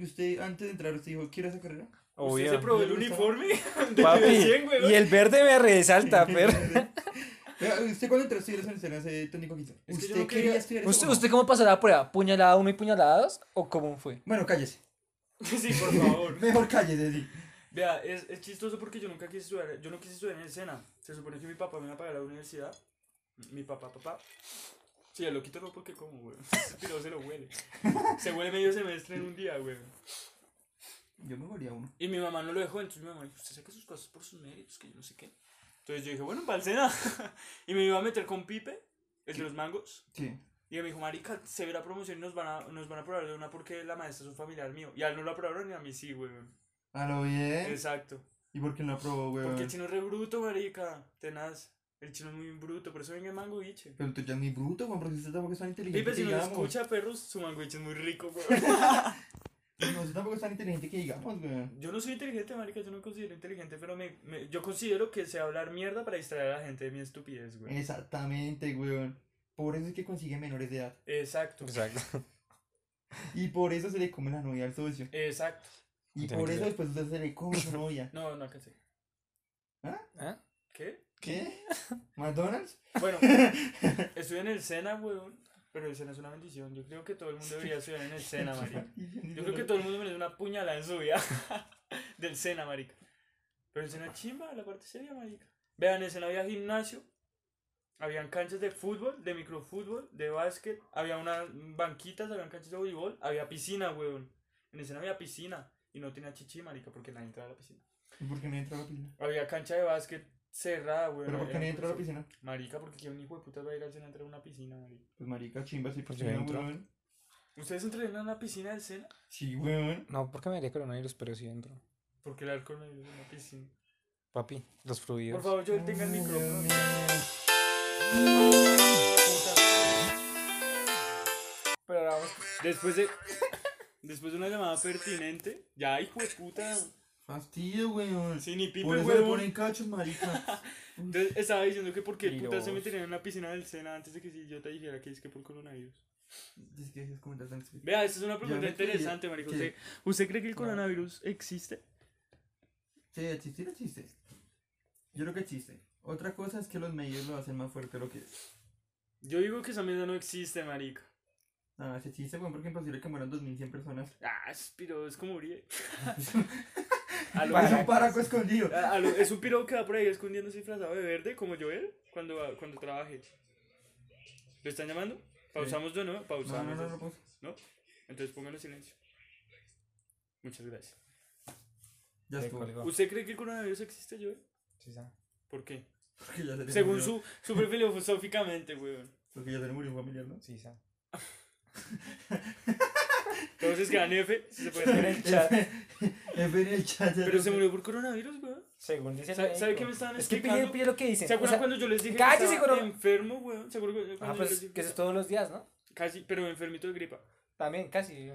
usted antes de entrar, usted dijo, ¿quiere esa carrera?
¿Usted se
Obvio.
probó el
¿Le gusta?
uniforme? De vive 100,
Papi.
weón.
Y el verde me resalta, pero.
Oiga, ¿Usted cuando entró a estudiar esa universidad de técnico quinto?
Es que yo
¿Usted
no
quería
quería-
estudiar eso? o
¿Usted,
no?
¿Usted cómo pasó la prueba? ¿Puñalada uno y puñalada dos? ¿O cómo fue?
Bueno, cállese.
Sí, por favor.
Mejor cállese, sí.
Vea, es, es chistoso porque yo nunca quise estudiar, yo no quise estudiar en el SENA. Se supone que mi papá me iba a pagar la universidad. Mi papá, papá. Sí, el loquito no porque como, güey. Pero se lo huele. Se huele medio semestre en un día, güey.
Yo me moría uno.
Y mi mamá no lo dejó, entonces mi mamá dijo, usted saca sus cosas por sus méritos, que yo no sé qué. Entonces yo dije, bueno, Balsena. y me iba a meter con Pipe, el de los mangos.
Sí.
Y me dijo, marica, se verá promoción y nos van a, nos van a probar de una porque la maestra es un familiar mío. Y a él no lo aprobaron y a mí sí, weón.
A lo bien.
Exacto.
¿Y por qué no aprobó, weón?
Porque el chino es re bruto, marica. Tenaz. El chino es muy bruto, por eso venga el mango biche.
Pero tú ya ni bruto, weón, porque usted tampoco es tan inteligente.
Pipe, si
que
nos
digamos.
escucha, perros, su mango biche es muy rico, weón.
No, usted tampoco es tan inteligente que digamos, weón.
yo no soy inteligente, marica, yo no me considero inteligente, pero me, me- yo considero que sé hablar mierda para distraer a la gente de mi estupidez, weón.
Exactamente, weón. Por eso es que consigue menores de edad.
Exacto.
Pues-
Exacto.
Y por eso se le come la novia al socio.
Exacto.
Y
Tiene
por
que
eso
ser.
después usted se le come su novia.
No, no alcancé.
¿Ah?
¿Ah?
¿Qué?
¿Qué? ¿McDonald's?
Bueno, estudié en el Sena, weón. Pero el Sena es una bendición. Yo creo que todo el mundo debería estudiar en el Sena, marica. Yo creo que todo el mundo merece una puñalada en su vida del Sena, marica. Pero el Sena chimba, la parte seria, marica. Vean, en el Sena había gimnasio, habían canchas de fútbol, de microfútbol, de básquet, había unas banquitas, habían canchas de voleibol, había piscina, weón. En el Sena había piscina y no tenía chichi, marica, porque nadie entraba a la piscina.
¿Y por qué no entró a la piscina?
Había cancha de básquet cerrada, weón.
¿Pero por qué
era
no
muy
entró a la
pesado.
piscina?
Marica, porque qué un hijo de puta va a ir al Sena a entrar a una piscina, marica.
Pues marica, chimba, sí,
Pues
pues
yo entro.
weón.
¿Ustedes entrenan en la piscina del Sena?
Sí, weón.
No, porque me daría coronavirus, pero sí entro.
Porque el alcohol me dio en la piscina.
Papi, los
Por
fluidos.
favor, yo tenga el
Ay,
micrófono.
Dios mío.
Pero ahora vamos- Después de. Después de una llamada pertinente. Ya, hijo de puta.
Fastidio, weón.
Sí, ni pipe,
Por eso le
huevón.
ponen cachos, marica.
Entonces estaba diciendo que porque el puta se
Piros.
metería en la piscina del Sena antes de que si yo te dijera que es que por coronavirus.
Dice que es comentar tan explícito.
Vea, esta es una
Ya
pregunta
me creí
interesante, marico.
que-
¿Usted, ¿Usted cree que el coronavirus existe?
Sí, existir existe. Yo creo que existe. Otra cosa es que los medios lo hacen más fuerte de lo que es.
Yo digo que esa mierda no existe, marica.
Nada, si existe, weón, porque es imposible que mueran 2100 personas.
Ah, es piro, es como Uribe. A lo-
Es un paraco escondido.
A- a lo- Ah, es un piro que va por ahí escondiéndose disfrazado de verde, como yo él, cuando, va- cuando trabaje. ¿Lo están llamando? Pausamos de nuevo,
No, no,
pausamos.
no, no, pues.
¿no? Entonces pónganlo en silencio. Muchas gracias.
Ya
Se
estuvo.
colgó.
¿Usted cree que el coronavirus existe, Joel?
Sí, sabe.
¿Por qué?
Porque ya se le
Según
murió-
su, su perfil filosóficamente, weón.
Porque ya se le murió un familiar, ¿no?
Sí, sabe.
Entonces gran F, si se puede
En
hacer.
el chat.
Es ver el chat. ya
Pero
lo-
se murió por coronavirus, weón.
Según dice el
¿Sabe- sabe
médico.
qué me estaban
Es que pille,
explicando?
pille lo que dicen.
¿Se acuerdan
o sea,
cuando yo les dije
cállese,
que estaba
corona-
enfermo, weón? ¿Se acuerdan cuando
ah,
yo les
pues
dije
que eso es
estaba-
todos los días, ¿no?
Casi, pero enfermito de gripa.
También, casi.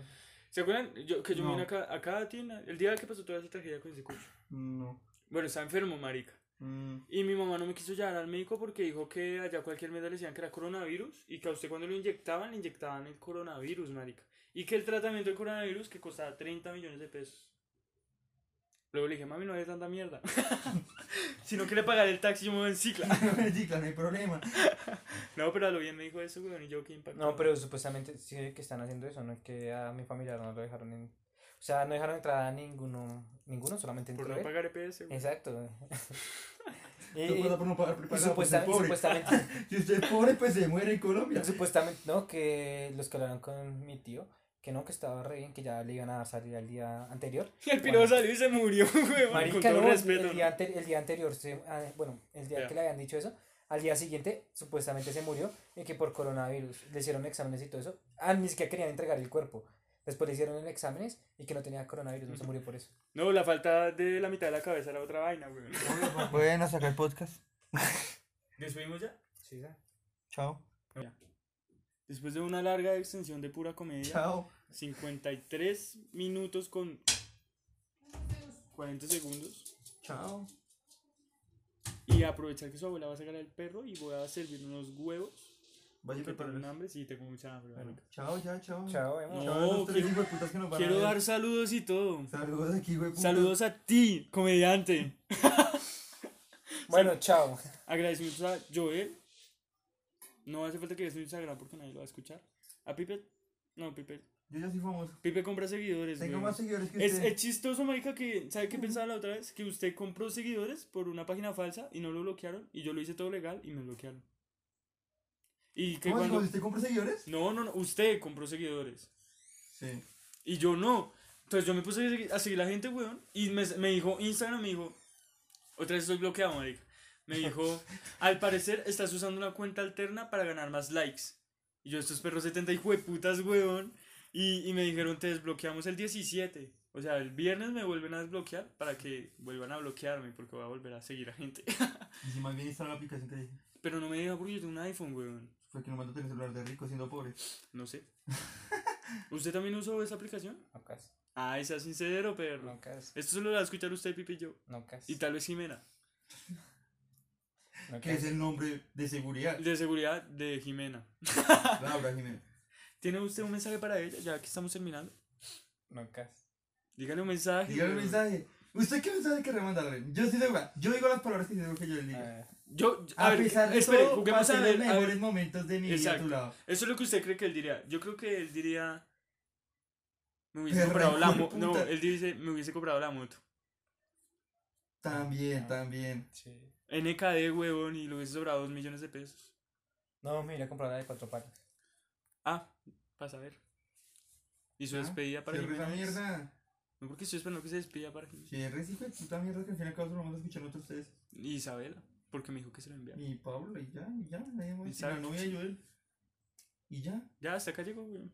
¿Se acuerdan yo- que yo
No.
vine acá, acá a Tina? El día que pasó toda esa tragedia con ese cucho.
No.
Bueno, estaba enfermo, marica.
Mm,
Y mi mamá no me quiso llevar al médico porque dijo que allá cualquier mierda le decían que era coronavirus y que a usted cuando lo inyectaban, le inyectaban el coronavirus, marica. Y que el tratamiento del coronavirus que costaba 30 millones de pesos. Luego le dije, mami, no hay tanta mierda. si no quiere pagar el taxi, yo me voy en cicla.
sí, claro, no hay problema.
No, pero a lo bien me dijo eso, weón, y yo qué impacto.
No, pero supuestamente sí que están haciendo eso, ¿no? Que a mi familia no lo dejaron en... O sea, no dejaron entrar a ninguno, ninguno, solamente
Por
entró
no
él.
pagar EPS, weón.
Exacto. y,
Eh,
No
y-
puedo por no pagar
y
prepagado, pues,
supuestamente,
soy pobre.
supuestamente,
Si usted es pobre, pues se muere en Colombia.
supuestamente, no, que los que hablaron con mi tío, que no, que estaba re bien, que ya le iban a salir al día anterior.
Y el piro
Bueno.
salió y se murió, weón, con
Marica,
todo
no, el-
respeto.
el,
¿no?
día ante- el día anterior, se- ah, bueno, el día
Ya.
que le habían dicho eso, al día siguiente supuestamente se murió y que por coronavirus le hicieron exámenes y todo eso. Ah, ni siquiera querían entregar el cuerpo. Después le hicieron el exámenes y que no tenía coronavirus, no se murió por eso.
No, la falta de la mitad de la cabeza era otra vaina, weón.
Bueno, sacar el podcast.
¿Despedimos ya?
Sí, ¿sabes?
Chao.
Después de una larga extensión de pura comedia,
Chao.
53 minutos con 40 segundos.
Chao.
Y aprovechar que su abuela va a sacar al perro y voy a servir unos huevos.
Vaya a
que tengo un
prepararlos.
hambre, sí, tengo mucha hambre.
Bueno,
marica.
chao, ya,
Mm.
chao.
Chao, Emma.
No,
Chao a los tres
quiero-
hijueputas que nos van a
Quiero
ver.
dar saludos y todo.
Saludos aquí, güey.
Saludos a ti, comediante.
Bueno, chao.
Agradecimientos a Joel. No hace falta que veas mi Instagram porque nadie lo va a escuchar. A Pipe. No, Pipe.
Yo ya soy famoso.
Pipe compra seguidores.
Tengo
weón.
más seguidores que
Es,
usted.
es chistoso, marica, que ¿sabe qué pensaba la otra vez? Que usted compró seguidores por una página falsa y no lo bloquearon y yo lo hice todo legal y me bloquearon. Y que
¿Cómo es?
cuando
¿Usted compra seguidores?
No, no, no, usted compró seguidores
Sí.
y yo no. Entonces yo me puse a seguir, a seguir la gente, weón. Y me, me dijo, Instagram me dijo, otra vez estoy bloqueado, marica. Me dijo, al parecer estás usando una cuenta alterna para ganar más likes. Y yo, estos perros 70 hijo de putas, weón. Y, y me dijeron, te desbloqueamos el 17. O sea, el viernes me vuelven a desbloquear para que vuelvan a bloquearme porque voy a volver a seguir a gente.
Y si más bien instaló la aplicación que dije,
Pero no me dijo porque yo tengo un iPhone, weón.
fue que no mandaste el celular de rico siendo pobre.
No sé. ¿Usted también usó esa aplicación?
No cas,
Ay, sea sincero, perro.
no cas,
Esto solo lo va a escuchar usted, Pipi y yo.
no cas.
Y tal vez Jimena.
no
Que es
cas.
el nombre de seguridad.
De seguridad de Jimena.
Laura Jiménez.
¿Tiene usted un mensaje para ella? Ya que estamos terminando.
No cas.
Dígale un mensaje.
Dígale un
weón.
mensaje. ¿Usted qué mensaje quiere mandarle? Yo sí digo, yo digo las palabras que digo que yo le digo.
Ah,
Yo,
a,
Eh, a, ver,
pesar de
espere,
todo,
juguemos
pasé
a ver,
los
a
mejores
ver.
momentos de mi vida a
Exacto.
tu lado.
Eso es lo que usted cree que él diría. Yo creo que él diría. Me hubiese
Perra,
comprado la
hijo de
moto. No,
puta.
él dice, me hubiese comprado la moto.
También,
Ah.
también.
sí.
NKD, huevón, y le hubiese sobrado 2 millones de pesos.
No, me iré a comprar la de cuatro patas.
Ah, para saber. Y su
Ah,
despedida para
Cierre esa
Jimena.
mierda.
No, porque estoy esperando que se despida para Jimena.
Cierre esa hijo de puta mierda que al fin y al cabo solo vamos a escuchar nosotros ustedes.
Y Isabela, porque me dijo que se lo enviara.
Y Pablo, y ya, y ya. Nadie más. Y la
Exacto.
novia y yo. Y ya.
Ya, hasta acá llegó, weón.